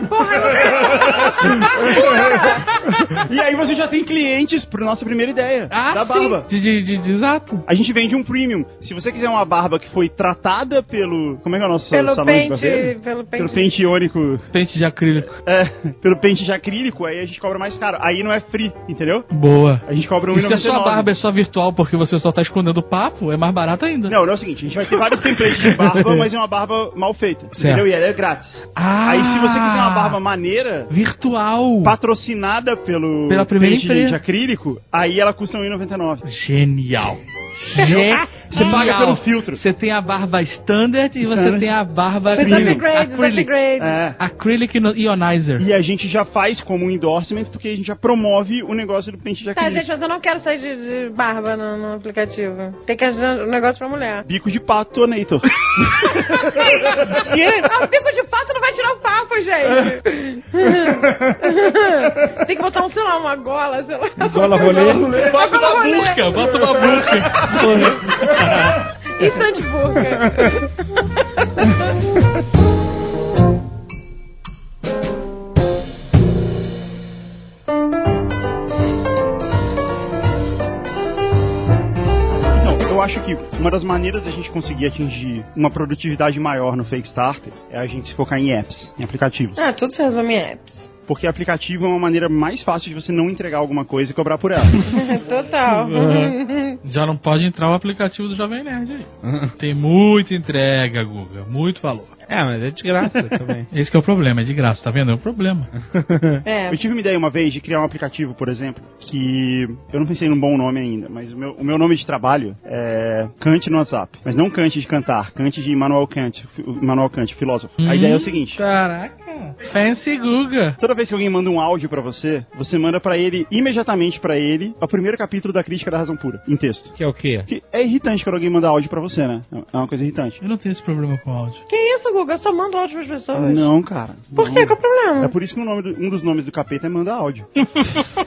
C: E aí você já tem clientes para nossa primeira ideia,
E: Ah,
C: da
E: sim.
C: barba.
E: De, de, de- de- exato.
C: A gente vende um premium. Se você quiser uma barba que foi tratada pelo. Como é que é o nosso
D: Pelo
C: salão de barbeiro?
D: pente, pelo
C: Pelo
D: pente.
C: pente iônico.
E: Pente de acrílico.
C: É, pelo pente de acrílico, aí a gente cobra mais caro. Aí não é free, entendeu?
E: Boa.
C: A gente cobra um
E: E se a sua barba é só virtual porque você só tá escondendo o papo, é mais barato ainda.
C: Não, não é o seguinte, a gente vai ter vários templates de barba, mas é uma barba mal feita. Entendeu? E ela é grátis.
E: Ah,
C: Aí se você quiser uma barba maneira,
E: virtual.
C: patrocinada pelo
E: Pela primeira
C: pente de,
E: empresa.
C: de acrílico, aí ela custa R$1,99.
E: Genial. Genial.
C: Você paga pelo filtro.
E: Você tem a barba standard e você
C: Standard.
E: tem a barba
D: Os upgrades, os
E: acrylic,
D: upgrades.
C: É.
E: acrylic no- ionizer.
C: E a gente já faz como um endorsement, porque a gente já promove o negócio do pente de
D: Tá,
C: acrílico.
D: gente, mas eu não quero sair de, de barba no, no aplicativo. Tem que ajudar o negócio pra mulher.
C: Bico de pato, Neitor.
D: Ah, o bico de pato não vai tirar o papo, gente. Tem que botar um, sei lá, uma gola, sei lá.
I: Gola rolê.
E: Bota
D: Agora
E: uma
D: eu vou ler.
E: burca, bota uma burca.
D: Instante burca.
C: Então, eu acho que uma das maneiras da gente conseguir atingir uma produtividade maior no Fake Starter é a gente se focar em apps, em aplicativos.
D: Ah, tudo se resume em apps.
C: Porque aplicativo é uma maneira mais fácil de você não entregar alguma coisa e cobrar por ela.
D: Total.
E: Uhum.
C: é-
E: Já não pode entrar o aplicativo do Jovem Nerd aí.
C: Ah.
E: Tem muita entrega, Guga. Muito valor.
I: É, mas é de graça também.
E: Esse que é o problema, é de graça, tá vendo? É o problema.
D: É.
C: Eu tive uma ideia uma vez de criar um aplicativo, por exemplo, que eu não pensei num bom nome ainda, mas o meu, o meu nome de trabalho é Kant no WhatsApp. Mas não Kant de cantar, Kant de Immanuel Kant, fi- Immanuel Kant, filósofo.
E: Hum.
C: A ideia é o seguinte.
E: Caraca. Fancy Guga.
C: Toda vez que alguém manda um áudio pra você, você manda pra ele, imediatamente pra ele, o primeiro capítulo da Crítica da Razão Pura, em texto.
I: Que é o quê?
C: Porque é irritante quando alguém manda áudio pra você, né? É uma coisa irritante.
E: Eu não tenho esse problema com áudio.
D: Que isso, Guga? Eu só mando áudio pras pessoas.
C: Não, cara.
D: Por
C: não.
D: quê? Qual o
C: É
D: problema?
C: por isso que o nome do- um dos nomes do capeta é manda áudio.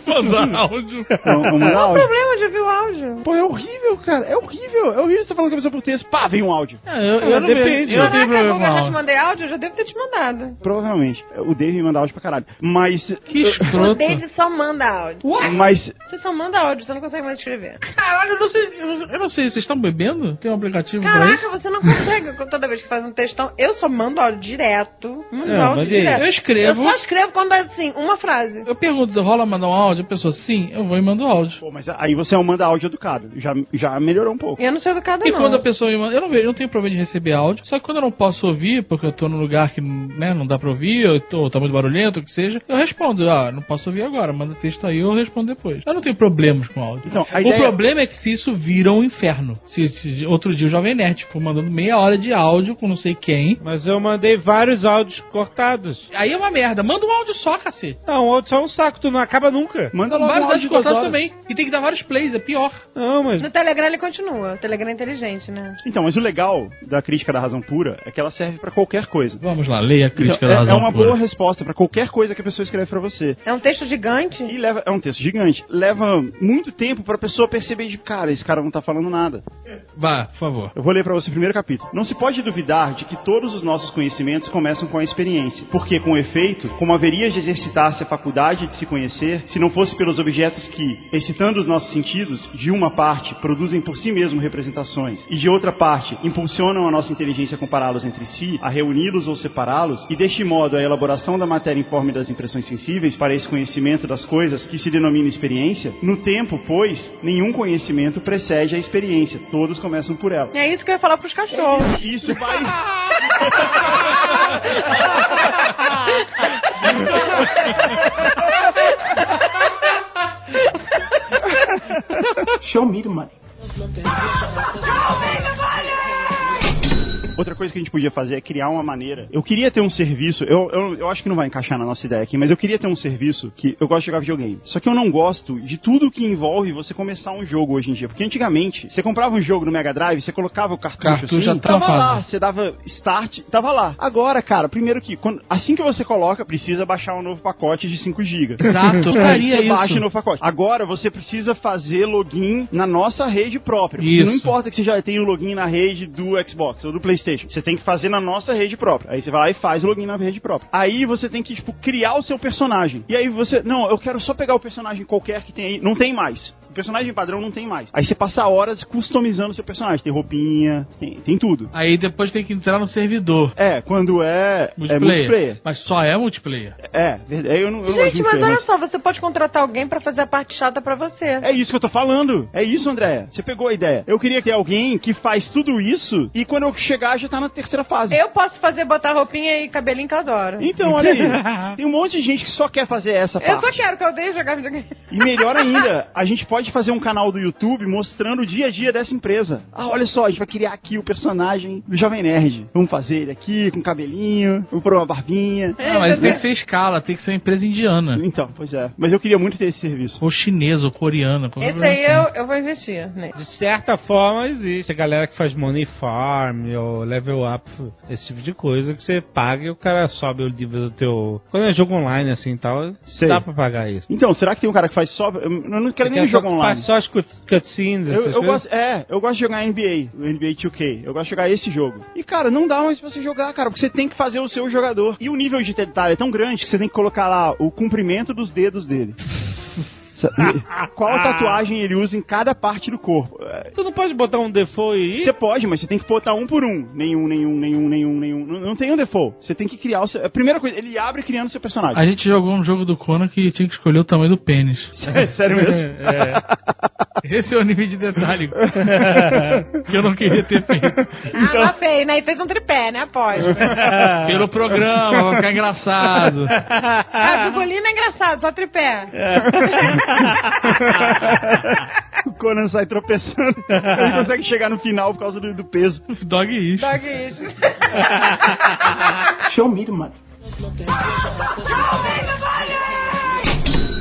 E: Mandar áudio.
C: Então, eu mando
D: Qual o
C: áudio.
D: problema de ouvir o áudio?
C: Pô, é horrível, cara. É horrível. É horrível você falando com a pessoa por texto. Pá, vem um áudio.
E: Ah, eu, eu não vejo-
C: Depende.
E: eu não tenho
D: Caraca,
E: problema com
D: Guga, já te
E: áudio.
D: mandei áudio? Eu já devo ter te mandado.
C: Provavelmente. O Dave me manda áudio pra caralho. Mas.
E: Que
D: O
E: escroto.
D: David só manda áudio.
C: Mas.
D: Você só manda áudio, você não consegue mais escrever.
E: Caralho, eu não sei. Eu, eu não sei, vocês estão bebendo? Tem um aplicativo pra isso?
D: Caraca, você não consegue. Toda vez que faz um textão, eu só mando áudio direto. Mando
E: É,
I: Não,
D: áudio
I: mas e aí?
D: direto.
E: Eu
D: Eu
E: escrevo.
D: só escrevo quando é assim, uma frase.
E: Eu pergunto, rola mandar um áudio? A pessoa, sim, eu vou e mando áudio.
C: Pô, mas aí você é um manda áudio educado. Já, já melhorou um pouco.
D: Eu não sou educada,
E: E
D: não.
E: quando a pessoa me manda, eu não vejo, eu não tenho problema de receber áudio. Só que quando eu não posso ouvir, porque eu tô num lugar que né, não dá pra ouvir, ou tô, tá muito barulhento, o que seja, eu respondo, ah, não posso ouvir agora, manda texto aí, eu respondo depois. Eu não tenho problemas com áudio.
C: Então, a
E: O
C: ideia-
E: problema é que se isso vira um inferno. Se, se- outro dia o Jovem Nerd, tipo, mandando meia hora de áudio com não sei quem.
I: Mas eu mandei vários áudios cortados.
E: Aí é uma merda. Manda um áudio só, cacete.
I: Não, o áudio só é um saco, tu não acaba nunca.
C: Manda logo um
E: Vários
C: áudio
E: áudios
C: de duas
E: cortados
C: horas.
E: também. E tem que dar vários plays, é pior.
I: Não, mas.
D: No Telegram ele continua. O Telegram é inteligente, né?
C: Então, mas o legal da crítica da razão pura é que ela serve pra qualquer coisa.
E: Vamos lá, leia a crítica
C: Então,
E: da
C: é,
E: razão
C: é uma
E: pura.
C: boa resposta pra qualquer coisa que a pessoa escreve pra você.
D: É um texto gigante.
C: E leva, é um texto gigante. Leva muito tempo pra pessoa perceber de cara, esse cara não tá falando nada.
E: Vá, por favor.
C: Eu vou ler pra você o primeiro capítulo. Não se pode duvidar de que todos os nossos conhecimentos começam com a experiência, porque com efeito, como haveria de exercitar-se a faculdade de se conhecer, se não fosse pelos objetos que, excitando os nossos sentidos, de uma parte produzem por si mesmos representações e de outra parte impulsionam a nossa inteligência a compará-los entre si, a reuni-los ou separá-los, e deste modo a elaboração da matéria informe das impressões sensíveis para esse conhecimento das coisas que se denomina experiência, no tempo, pois, nenhum conhecimento precede a experiência, todos começam por ela.
D: É isso que eu ia falar pros cachorros.
E: É
C: Isso vai. Outra coisa que a gente podia fazer é criar uma maneira. Eu queria ter um serviço, eu, eu, eu acho que não vai encaixar na nossa ideia aqui, mas eu queria ter um serviço que eu gosto de jogar videogame. Só que eu não gosto de tudo que envolve você começar um jogo hoje em dia. Porque antigamente, você comprava um jogo no Mega Drive, você colocava o cartucho,
E: Cartucho
C: assim,
E: já
C: tava
E: travado.
C: lá, você dava start, tava lá. Agora, cara, primeiro que quando- assim que você coloca, precisa baixar um novo pacote de 5 GB.
E: Exato, eu faria
C: Aí você
E: É, isso.
C: baixa o novo pacote. Agora você precisa fazer login na nossa rede própria.
E: Isso.
C: Não importa que você já tenha o login na rede do Xbox ou do PlayStation. Você tem que fazer na nossa rede própria. Aí você vai lá e faz o login na rede própria. Aí você tem que, tipo, criar o seu personagem. E aí você. Não, eu quero só pegar o personagem qualquer que tem aí. Não tem mais. O personagem padrão não tem mais. Aí você passa horas customizando o seu personagem. Tem roupinha, tem, tem tudo.
E: Aí depois tem que entrar no servidor.
C: É, quando é. É multiplayer.
E: Mas só é multiplayer.
C: É, verdade. Eu não, eu não gosto de
D: Gente, mas
C: multiplayer,
D: olha só, você pode contratar alguém pra fazer a parte chata pra você.
C: É isso que eu tô falando. É isso, André. Você pegou a ideia. Eu queria ter alguém que faz tudo isso e quando eu chegar já tá na terceira fase.
D: Eu posso fazer botar roupinha e cabelinho que eu adoro.
C: Então, olha aí. Tem um monte de gente que só quer fazer essa
D: Eu
C: parte.
D: só quero que eu odeio jogar videogame.
C: E melhor ainda, a gente pode fazer um canal do YouTube mostrando o dia a dia dessa empresa. Ah, olha só, a gente vai criar aqui o personagem do Jovem Nerd. Vamos fazer ele aqui com cabelinho, vamos pôr uma barbinha.
D: É,
E: Ah, mas
D: entendeu?
E: tem que ser escala, tem que ser uma empresa indiana.
C: Então, pois é. Mas eu queria muito ter esse serviço.
E: Ou chinesa, ou coreana. qualquer
D: Esse
E: coisa
D: aí
E: assim.
D: eu, eu vou investir, né?
B: De certa forma existe. A galera que faz Money Farm ou Level Up, esse tipo de coisa, que você paga e o cara sobe o nível do teu. Quando é jogo online assim e tal,
C: Sei.
B: dá pra pagar isso.
C: Então, será que tem um cara que faz só. Eu não quero nem
B: Porque
C: jogar
B: só-
C: online.
B: Faz só as cut- cutscenes,
C: Eu,
B: essas
C: eu
B: coisas.
C: gosto, é, eu gosto de jogar NBA, o NBA 2K. Eu gosto de jogar esse jogo. E, cara, não dá mais pra você jogar, cara, porque você tem que fazer o seu jogador. E o nível de detalhe é tão grande que você tem que colocar lá o comprimento dos dedos dele. Sabe? Qual tatuagem ele usa em cada parte do corpo? É,
B: Tu não pode botar um default aí?
C: Você pode, mas você tem que botar um por um. Nenhum, nenhum, nenhum, nenhum, nenhum. Não, não tem um default. Você tem que criar o seu. A primeira coisa, ele abre criando seu personagem.
E: A gente jogou um jogo do Conan que tinha que escolher o tamanho do pênis.
C: Sério mesmo?
E: Esse é o nível de detalhe que eu não queria ter feito.
D: Ah, lá fez, né? E fez um tripé, né? Aposto.
E: Ah. Pelo programa, vai ficar engraçado.
D: Ah, bigolina é engraçado, só
E: É.
D: tripé.
C: o Conan sai tropeçando. Ele consegue chegar no final por causa do- do peso.
E: Dog is.
D: Dog isso.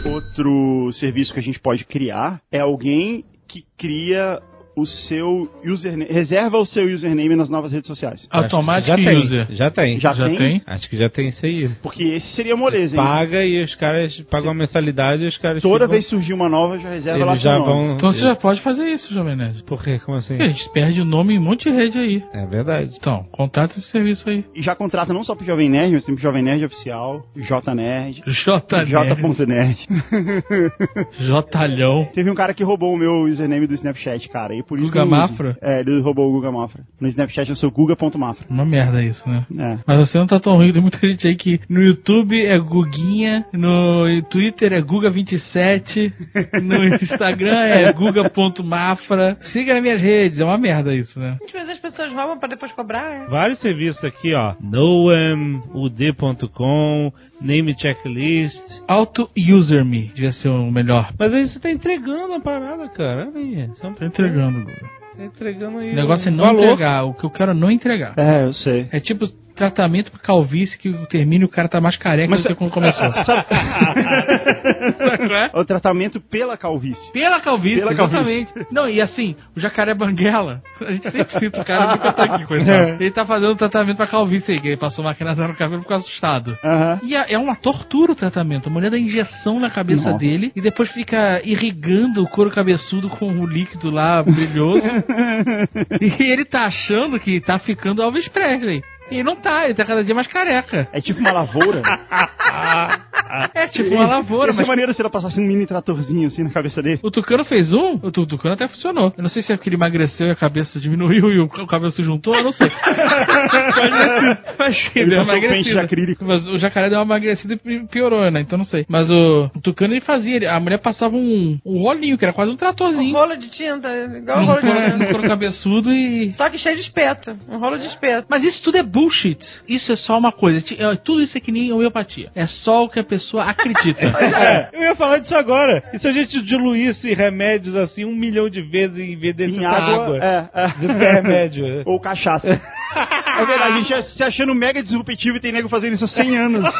C: Outro serviço que a gente pode criar é alguém que cria o seu username, reserva o seu username nas novas redes sociais.
E: Automatic
B: já tem,
E: user.
B: Já tem.
C: Já,
E: Já
C: tem?
E: tem?
B: Acho que já tem isso aí.
C: Porque esse seria moleza, hein?
B: Paga e os caras pagam a mensalidade e os caras.
C: Toda
B: ficam-
C: vez que surgir uma nova, já reserva lá
B: eles
C: seu
B: já
C: nome.
B: vão.
E: Então você já pode fazer isso, Jovem Nerd.
B: Por quê? Como assim?
E: Porque a gente perde o nome em um monte de rede aí.
B: É verdade.
E: Então, contrata esse serviço aí.
C: E já contrata não só pro Jovem Nerd, mas tem pro Jovem Nerd Oficial, JNerd,
E: J.
C: J.nerd.
E: Jotalhão.
C: Teve um cara que roubou o meu username do Snapchat, cara, e por isso
E: Guga
C: que eu não uso.
E: Mafra?
C: É, ele roubou o Guga Mafra. No Snapchat eu sou guga.mafra.
E: Uma merda isso, né?
C: É.
E: Mas você não tá tão ruim, tem muita gente aí que no YouTube é Guguinha, no Twitter é Guga27, no Instagram é Guga.mafra. Siga nas minhas redes, é uma merda isso, né?
D: Gente, mas as pessoas roubam pra depois cobrar, é?
B: Vários serviços aqui, ó. Noem, UD.com, Name Checklist.
E: Auto User Me devia ser o melhor.
B: Mas aí você tá entregando a parada, cara. Olha aí. Você não
E: Tô entregando, Guga.
B: tá entregando aí. um
E: O negócio é não
B: valor.
E: entregar, o que eu quero é não entregar.
C: É, eu sei.
E: É tipo tratamento pra calvície que termina e o cara tá mais careca
C: Mas
E: do que quando começou.
C: É o tratamento pela calvície.
E: Pela calvície,
C: Pela calvície.
E: exatamente. Não, e assim, o jacaré banguela, a gente sempre cita o cara, nunca tá aqui,
C: É.
E: coitado. Ele tá fazendo um tratamento pra calvície aí, que ele passou máquina zero no cabelo ficou assustado.
C: Aham.
E: E é é uma tortura o tratamento. A mulher dá injeção na cabeça
C: Nossa.
E: dele e depois fica irrigando o couro cabeçudo com o líquido lá brilhoso. e ele tá achando que tá ficando Elvis Presley. E não tá, ele tá cada dia mais careca.
C: É tipo uma lavoura.
E: É tipo uma lavoura,
C: Ia ser
E: mas
C: maneiro se ela passasse um mini tratorzinho assim na cabeça dele.
E: O Tucano fez um, o Tu- Tucano até funcionou. Eu não sei se é porque ele emagreceu e a cabeça diminuiu e o ca- o cabelo se juntou, eu não sei. mas, mas
C: Ele
E: deu uma
C: passou o pente de
E: emagrecida.
C: acrílico.
E: Mas o jacaré deu uma emagrecida e pi- piorou, né? Então não sei. Mas o, o Tucano ele fazia, ele- a mulher passava um, um rolinho, que era quase um
D: Um
E: tratorzinho.
D: rolo de tinta, igual um
E: num
D: rolo de
E: couro- num
D: tinta.
E: couro cabeçudo e.
D: Só que cheio de espeto. Um rolo de espeto.
E: Mas isso tudo é bullshit. Isso é só uma coisa. Ti- é- Tudo isso é que nem homeopatia. É só o que a pessoa acredita.
B: É, eu ia falar disso agora. E se a gente diluísse remédios assim um milhão de vezes em vez de
C: Em água. É, é.
B: De remédio.
C: Ou cachaça. É verdade, a gente é se achando mega disruptivo e tem nego fazendo isso há 100 anos.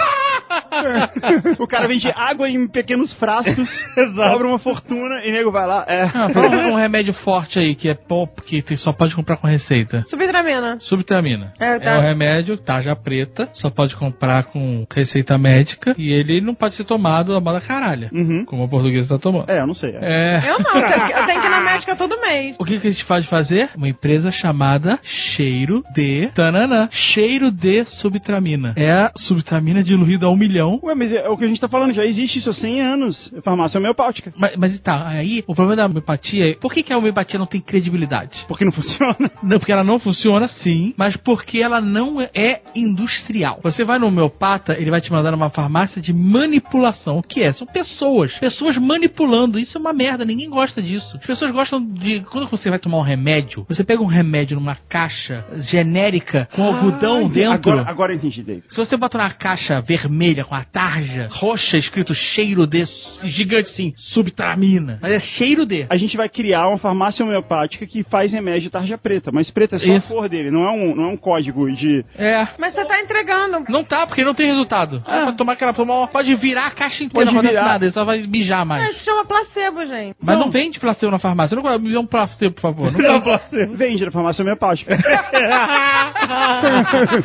C: o cara vende água em pequenos frascos, cobra uma fortuna e nego vai lá. É.
E: Ah, procura um remédio forte aí, que é pop, que tu só pode comprar com receita.
D: Subtramina.
E: Subtramina.
D: É, tá.
E: um remédio, tarja preta, só pode comprar com receita médica e ele não pode ser tomado a bala caralha, como a portuguesa tá tomando.
C: Uhum. É, eu não sei.
E: É.
D: Eu não, eu tenho que- eu tenho que ir na médica todo mês.
E: O que, que a gente faz fazer? Uma empresa chamada Cheiro de... Tananã. Cheiro de Subtramina. É a Subtramina diluída a um milhão.
C: Ué, mas é, é o que a gente tá falando, já existe isso há 100 anos. Farmácia homeopática.
E: Mas, mas tá, aí o problema da homeopatia é... Por que, que a homeopatia não tem credibilidade?
C: Porque não funciona.
E: Não, porque ela não funciona sim, mas porque ela não é industrial. Você vai no homeopata, ele vai te mandar numa farmácia de manipulação. O que é? São pessoas. Pessoas manipulando. Isso é uma merda, ninguém gosta disso. As pessoas gostam de. Quando você vai tomar um remédio, você pega um remédio numa caixa genérica com algodão
C: Ai,
E: dentro.
C: Então, Agora, agora eu entendi, David.
E: Se você bota uma caixa vermelha com a tarja roxa escrito cheiro de gigante sim, subtramina. Mas é cheiro de.
C: A gente vai criar uma farmácia homeopática que faz remédio tarja preta, mas preta é só
E: Isso.
C: a cor dele, não é um, não é um código de.
E: É.
D: Mas você tá entregando.
E: Não tá, porque não tem resultado. Ah. Pode tomar aquela pomada, pode virar a caixa inteira,
C: Pode
E: não acontece
C: virar.
E: nada, ele só vai mijar
D: Ah,
E: mais.
D: isso chama placebo, gente.
E: Mas não, vende placebo na farmácia. Eu não gosto me dá um placebo, por favor. Não dá.
C: Vende na farmácia homeopática.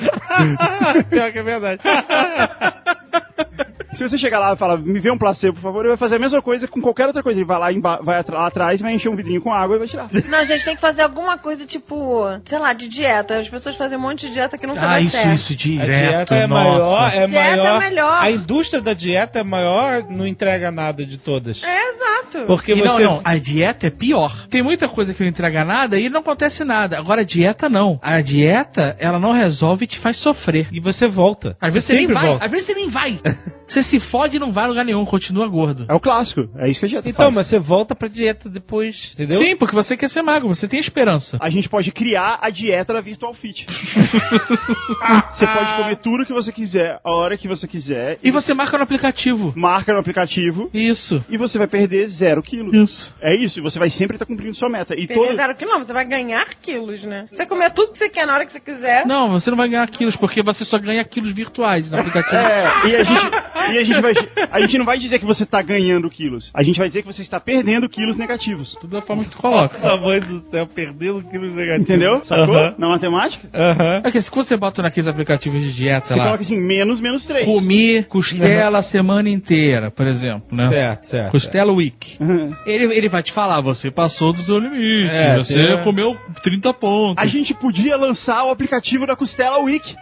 E: Pior que é verdade.
C: Se você chegar lá e falar, me vê um placebo, por favor, ele vai fazer a mesma coisa com qualquer outra coisa. Ele vai lá, emba- vai atra- lá atrás, vai encher um vidrinho com água e vai tirar.
D: Não, a gente tem que fazer alguma coisa tipo, sei lá, de dieta. As pessoas fazem um monte de dieta que nunca
E: Ah,
D: dá
E: isso,
D: certo.
E: isso,
B: A
E: direto.
B: dieta é
E: nossa.
B: maior, é
D: Dieta é
B: maior.
D: melhor.
B: A indústria da dieta é maior, não entrega nada de todas.
D: É, exato.
B: Porque
E: E
B: você
E: não, não, a dieta é pior. Tem muita coisa que não entrega nada e não acontece nada. Agora, a dieta não. A dieta, ela não resolve e te faz sofrer.
B: e você volta.
E: Às vezes você, nem
B: sempre
E: vai,
B: volta.
E: às vezes você nem vai. você se fode e não vai a lugar nenhum, continua gordo.
C: É o clássico. É isso que a gente
B: Então,
C: faz.
B: mas você volta pra dieta depois, entendeu?
E: Sim, porque você quer ser magro, você tem esperança.
C: A gente pode criar a dieta da Virtual Fit. você pode comer tudo que você quiser, a hora que você quiser.
E: E você marca no aplicativo.
C: marca no aplicativo
E: Isso.
C: e você vai perder zero quilos.
E: Isso.
C: É isso, e você vai sempre estar cumprindo sua meta. E
D: Perder
C: todo...
D: zero quilômetro, você vai ganhar quilos, né? Você comer tudo que você quer na hora que você quiser.
E: Não, você não vai ganhar quilos, porque você só ganha quilos virtuais no aplicativo.
C: É, e a gente, e a gente vai. A gente não vai dizer que você está ganhando quilos. A gente vai dizer que você está perdendo quilos negativos.
E: Tudo da forma que se coloca.
B: Pelo amor do céu, perdendo quilos negativos.
C: Entendeu? Sacou?
B: Aham.
C: Na matemática?
B: Aham.
E: É que se quando você bota naqueles aplicativos de dieta
C: Você
E: lá,
C: coloca assim, menos, menos 3.
E: comi costela a semana inteira, por exemplo, né?
B: Certo, certo.
E: Costela Week. Ele, ele vai te falar, você passou do seu limite,
B: É,
E: você
B: tem-
E: comeu 30 pontos.
C: A gente podia lançar o aplicativo da Costela Week,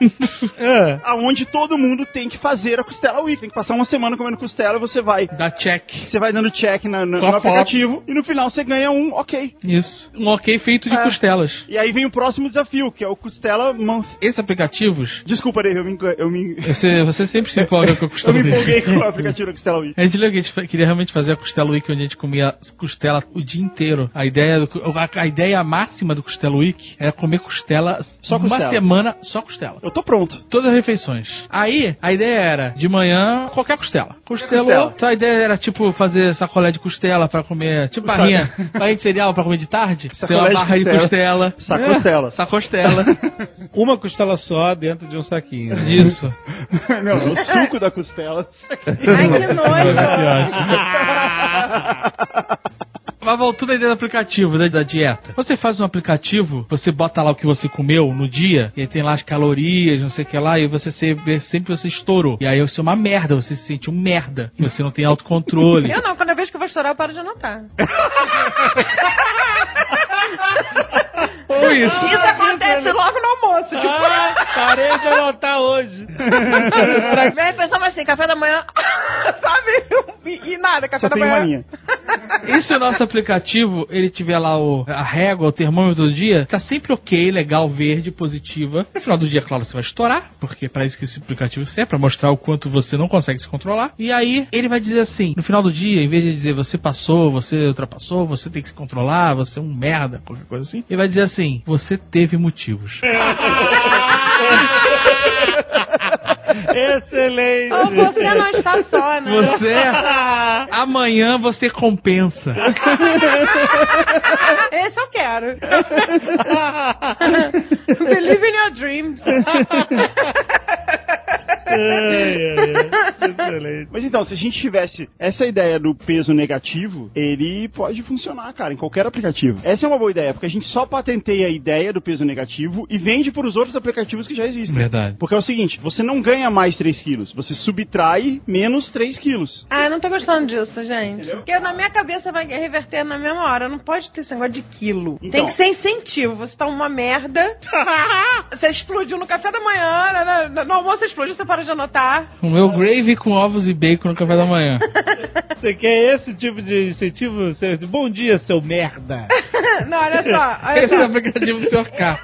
E: É.
B: Ah.
C: aonde todo mundo tem que fazer a Costela Week. Tem que passar uma semana comendo costela e você vai.
E: Dá check.
C: Você vai dando check na- na-
E: Com a
C: no
E: foto.
C: aplicativo e no final você ganha um ok.
E: Isso. Um ok feito de
C: É.
E: costelas.
C: E aí vem o próximo desafio, que é o Costela Month.
E: Esses aplicativos,
C: Desculpa, Dave, eu me, engan- eu me,
E: você, você sempre se empolga com a
C: eu
E: costela
C: me
E: dele.
C: empolguei com o aplicativo da Costela Week.
E: A gente lembra que a gente fa- queria realmente fazer a costela week onde a gente comia costela o dia inteiro. A ideia, do, a, a ideia máxima do costela week era comer costela
C: Só
E: uma
C: costela.
E: semana só costela.
C: Eu tô pronto.
E: Todas as refeições. Aí, a ideia era, de manhã, qualquer costela. Costelou.
C: costela.
E: Então, a ideia era, tipo, fazer sacolé de costela pra comer, tipo, barrinha, barrinha de cereal pra comer de tarde. Tem
C: Sacolé
E: uma
C: de
E: barra de costela.
C: Sacostela.
E: É, sacostela.
B: Uma costela só dentro de um saquinho. né?
E: Isso.
C: Não, é o suco da costela.
D: Ai, que nojo.
E: Mas voltando aí do aplicativo, né, da dieta. Você faz um aplicativo, você bota lá o que você comeu no dia, e aí tem lá as calorias, não sei o que lá, e você se- vê sempre você estourou. E aí você é uma merda, você se sente um merda. Você não tem autocontrole.
D: Eu não, cada vez que eu vou estourar, eu paro de anotar.
E: Ou isso.
D: Isso acontece logo no almoço. Tipo,
B: Ah, parei de anotar hoje.
D: vem a pessoa vai assim, café da manhã, sabe? E, e nada, É café
C: Só
D: da
C: tem uma
D: manhã.
C: linha.
E: E se o nosso aplicativo, ele tiver lá o, a régua, o termômetro do dia, tá sempre ok, legal, verde, positiva. No final do dia, claro, você vai estourar, porque é pra isso que esse aplicativo serve, pra mostrar o quanto você não consegue se controlar. E aí, ele vai dizer assim, no final do dia, em vez de dizer você passou, você ultrapassou, você tem que se controlar, você é um merda, qualquer coisa assim, ele vai dizer assim, você teve motivos.
B: Excelente.
D: Ou você não está só, né?
E: Você, amanhã você compensa.
D: Esse eu quero. Believe in your dreams.
C: Mas então, se a gente tivesse essa ideia do peso negativo, ele pode funcionar, cara, em qualquer aplicativo. Essa é uma boa ideia, porque a gente só patenteia a ideia do peso negativo e vende para os outros aplicativos que já existem.
E: Verdade.
C: Porque é o seguinte, você não ganha mais 3 quilos, você subtrai menos 3 quilos.
D: Ah, eu não tô gostando disso, gente. Porque na minha cabeça vai reverter na mesma hora. Não pode ter esse negócio de quilo. Tem
C: Então.
D: que ser incentivo. Você tá uma merda. você explodiu no café da manhã, na- na- no, almoço você explodiu, você para de anotar.
E: O meu gravy com ovos e bacon no café da manhã.
B: Você quer esse tipo de incentivo? Você- Bom dia, seu merda.
D: não, olha só. Olha
E: Esse é o
D: só.
E: aplicativo do Sr. K.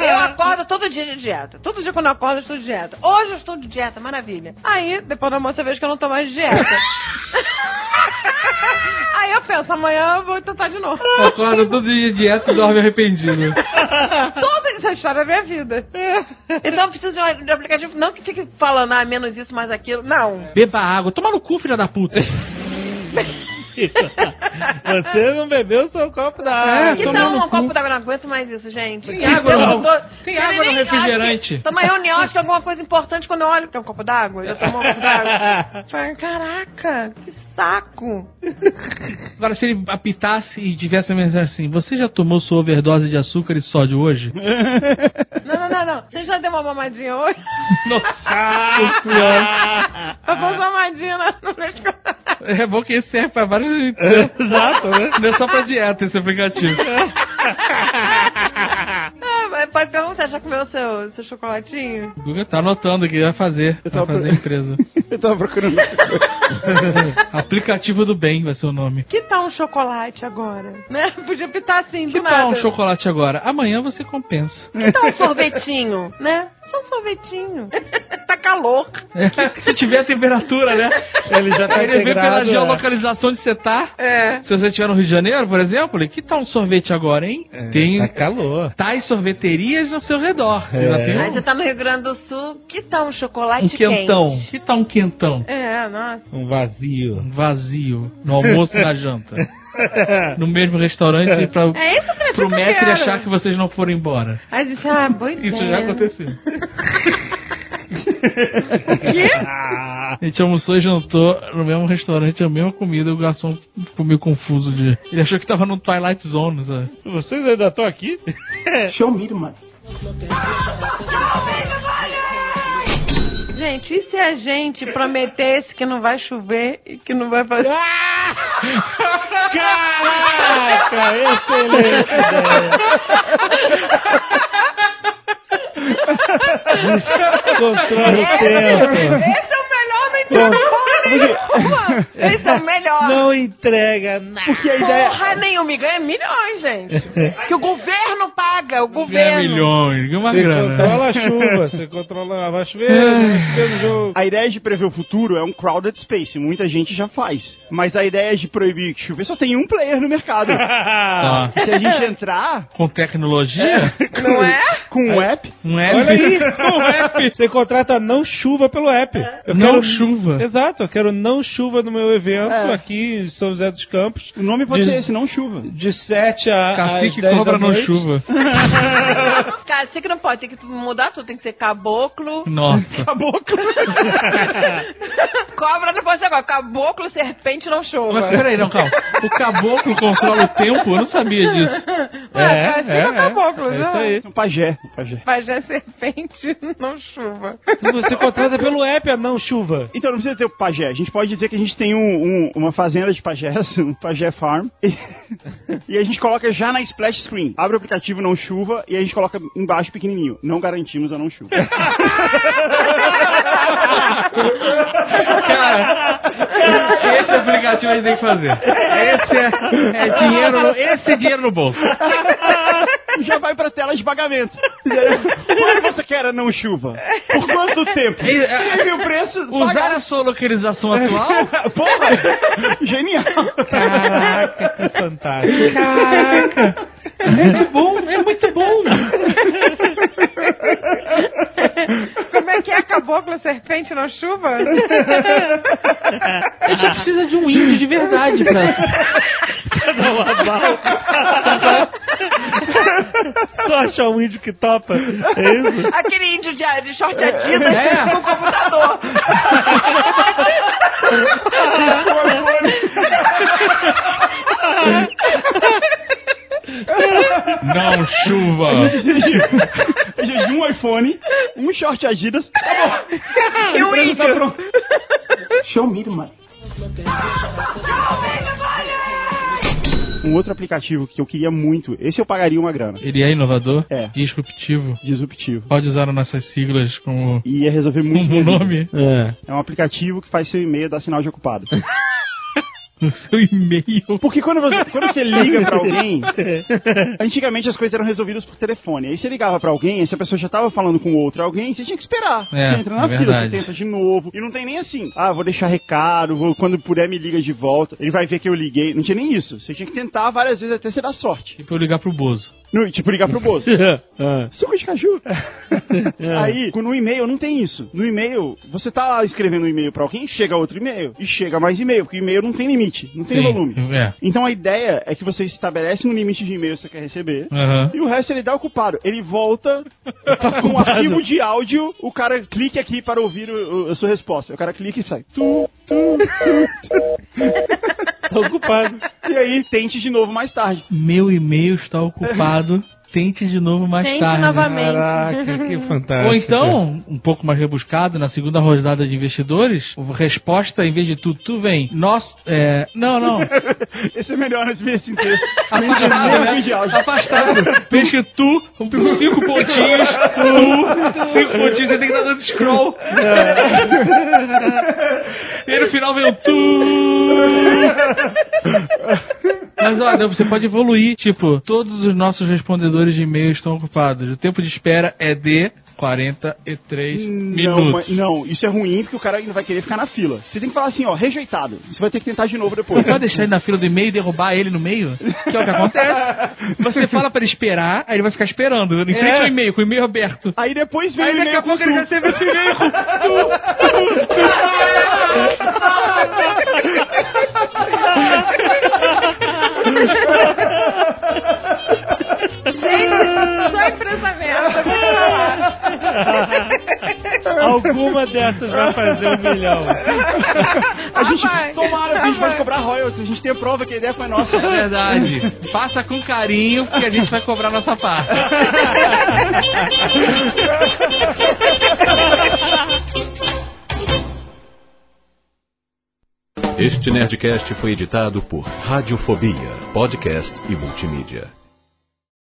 D: Eu acordo todo dia de dieta. Todo dia quando eu acordo, eu estou de dieta. Hoje eu estou de dieta, maravilha. Aí, depois do almoço, eu vejo que eu não tô mais de dieta. Aí eu penso, amanhã eu vou tentar de novo.
E: Acorda todo dia de dieta e dorme arrependido.
D: Toda essa história da minha vida. Então eu preciso de um de um aplicativo, não que fique falando, ah, menos isso, mais aquilo. Não.
E: Beba água. Toma no cu, filha da puta.
B: Você não bebeu seu copo da
E: É,
B: água.
D: que
E: tomar
D: tal
E: no
D: um
E: cu.
D: copo d'água? Não aguento mais isso, gente.
E: Tem água
D: Eu
E: não.
D: tô-
E: Tem
D: Eu
E: água
D: nem
E: no
D: acho que-
E: refrigerante.
D: Toma reuniótica, é alguma coisa importante quando eu olho. Tem um copo d'água? Eu tomo um copo d'água. Fala, Caraca, que saco.
E: Agora, se ele apitasse e tivesse a mensagem assim, você já tomou sua overdose de açúcar e sódio hoje?
D: Não, não, não, não. Você já deu uma mamadinha hoje?
E: Nossa senhora.
D: Eu vou mamadinha na- no pescoço.
E: É bom que esse serve pra vários...
B: Exato, né?
E: Não é só pra dieta esse aplicativo.
D: Ah, mas Pode perguntar, já comeu seu, seu chocolatinho?
E: O Guga tá anotando que ele vai fazer.
C: Eu
E: Vai
C: tava
E: fazer a
C: pro-
E: empresa.
C: Eu tava procurando.
E: aplicativo do bem vai ser o nome.
D: Que tal um chocolate agora? Né? Podia pitar assim,
E: Que
D: do nada.
E: tal um chocolate agora? Amanhã você compensa.
D: Que tal um sorvetinho, né? Só um sorvetinho. tá calor.
E: Se tiver a temperatura, né?
B: Ele já tá
E: Ele vê pela
B: integrado. é.
E: geolocalização onde você tá.
D: É.
E: Se você estiver no Rio de Janeiro, por exemplo, que tal um sorvete agora, hein? Tem
B: Tá calor.
E: tais sorveterias ao seu redor. Você
B: É.
E: já tem
D: Aí
E: um,
D: você tá no Rio Grande do Sul, que tal um
E: um
D: chocolate
E: quentão.
D: quente?
E: Que tal um quentão?
D: É, nossa.
B: Um vazio.
E: Um Vazio. No almoço e na janta. No mesmo restaurante e pra,
D: É isso, Fred,
E: pro
D: que eu
E: mestre
D: quero.
E: achar que vocês não foram embora.
D: A gente, ah, boa ideia.
E: Isso já aconteceu.
B: Ah.
E: A gente almoçou e jantou no mesmo restaurante, a mesma comida, o garçom ficou meio confuso de. Ele achou que tava no Twilight Zone, sabe?
B: Vocês ainda estão aqui?
C: Show me, mano.
D: Gente, e se a gente prometesse que não vai chover e que não vai fazer...
B: Caraca, excelente ideia. Controla o tempo.
D: Esse é o melhor mentira do mundo, Esse é o melhor.
B: Não entrega nada.
C: Porque a ideia.
D: Porra nenhuma, e ganha milhões, gente. que o governo paga, o
E: Ganha
D: governo.
E: milhões, ganha uma
B: Você
E: grana.
B: controla Então, a chuva, você controla a vai chover, vai chover no jogo.
C: A ideia de prever o futuro é um crowded space, muita gente já faz. Mas a ideia de proibir que chover só tem um player no mercado. Ah.
E: Tá.
C: Se a gente entrar
E: Com tecnologia,
D: Não é?
C: com um app,
E: um
B: Olha
E: app,
B: aí, com o app. Você contrata não chuva pelo app. Eu
E: não
B: quero-
E: chuva.
B: Exato, eu quero não chuva no meu evento
C: É.
B: aqui em São José dos Campos.
C: o nome pode
B: De-
C: ser esse, não chuva.
B: De 7 a. às
E: Cacique
B: 10
E: cobra
B: da
E: não
B: noite.
E: chuva.
D: Cara, sei que não pode, tem que mudar tudo, tem que ser caboclo.
E: Nossa.
C: Caboclo.
D: Cobra não pode ser agora, caboclo, serpente não
E: Mas
D: chova.
E: peraí, não, calma. O caboclo controla o tempo? Eu não sabia disso.
D: Ué, cara, sei que é o caboclo,
B: é isso
D: não.
B: aí.
C: Um pajé, um pajé.
D: Mas é serpente, não chuva.
B: Você contrata pelo app a não chuva.
C: Então não precisa ter o pajé. A gente pode dizer que a gente tem um- um- uma fazenda de pajés, um pajé farm. E, e a gente coloca já na splash screen. Abre o aplicativo não chuva e a gente coloca embaixo pequenininho. Não garantimos a não chuva.
E: Cara, esse aplicativo a gente tem que fazer. Esse é, é dinheiro no, esse é dinheiro no bolso.
C: já vai pra tela de pagamento. Quando você quer a não chuva? Por quanto tempo?
E: E, é,
C: Teve o preço.
E: Usar a sua localização atual?
C: paga- Porra! Genial!
B: Caraca, que fantástico.
E: Caraca! É muito bom, é muito bom!
D: Como é caboclo, serpente na chuva?
J: A gente precisa de um índio
E: É
J: de verdade pra.
B: Cada um abalo. Só achar um índio que topa. É isso?
K: Aquele índio de, de short Adidas
J: É.
K: com o computador.
E: Não chuva.
C: Gente, um iPhone, um short Adidas. tá
K: E o índio.
C: Um outro aplicativo que eu queria muito, esse eu pagaria uma grana.
E: Ele é inovador,
C: É.
E: disruptivo.
C: Disruptivo.
E: Pode usar nossas siglas como
C: E ia resolver muito minha
E: como
C: vida.
E: Um nome
B: É.
C: É um aplicativo que faz seu e-mail dar sinal de ocupado.
E: no seu e-mail.
C: Porque quando você, quando você liga pra alguém, antigamente as coisas eram resolvidas por telefone. Aí você ligava pra alguém, aí se a pessoa já tava falando com outra alguém, você tinha que esperar.
E: É,
C: você entra na
E: é
C: fila,
E: verdade.
C: você tenta de novo. E não tem nem assim, ah, vou deixar recado, vou- quando puder me liga de volta. Ele vai ver que eu liguei. Não tinha nem isso. Você tinha que tentar várias vezes até você dar sorte.
E: Tipo eu ligar pro Bozo.
C: No- tipo, ligar pro Bozo.
E: É.
B: Ah.
C: Suco de caju. Aí, no e-mail não tem isso. No e-mail, você tá lá escrevendo um e-mail pra alguém, chega outro e-mail. E chega mais e-mail, porque e-mail não tem limite, não tem
E: Sim,
C: volume.
E: É.
C: Então a ideia é que você estabelece um limite de e-mail que você quer receber.
E: Aham.
C: E o resto ele dá ocupado. Ele volta com um arquivo de áudio, o cara clica aqui para ouvir o- o- a sua resposta. O cara clica e sai. Tu, tu, tu, tu. Tá ocupado. E aí, tente de novo mais tarde.
E: Meu e-mail está ocupado. Tente de novo mais
D: Tente
E: tarde.
D: novamente.
B: Ah,
H: Caraca, que fantástico.
E: Ou então, um pouco mais rebuscado, na segunda rodada de investidores, a resposta, em vez de tu, tu vem, nós, é, não, não,
C: Esse é melhor nesse esse inteiro.
E: afastado, né? afastado, pensa tu, tu, cinco pontinhos, tu, cinco pontinhos, você tem que estar dando scroll. e aí no final vem o tu. Mas olha, você pode evoluir, tipo, todos os nossos respondedores de e-mail estão ocupados, o tempo de espera é de... 43
C: Não,
E: minutos.
C: mas- não, isso é ruim porque o cara ainda vai querer ficar na fila. Você tem que falar assim, ó, rejeitado. Você vai ter que tentar de novo depois.
E: Você vai deixar ele na fila do e-mail e derrubar ele no meio? Que é o que acontece. Você fala pra ele esperar, aí ele vai ficar esperando. Em frente ao e-mail, com o e-mail aberto.
C: Aí depois É. vem
E: Aí
C: o
E: daqui a
C: e-mail
E: pouco ele
C: com
E: recebe esse e-mail.
D: Gente, só enfrentamento. Vou te falar.
B: Alguma dessas vai fazer um milhão.
C: A gente,
D: Rapaz.
C: tomara, a gente vai
D: Rapaz.
C: cobrar royalties. A gente tem a prova que a ideia foi nossa.
E: É verdade. Faça com carinho, porque a gente vai cobrar nossa parte.
F: Este Nerdcast foi editado por Radiofobia, podcast e multimídia.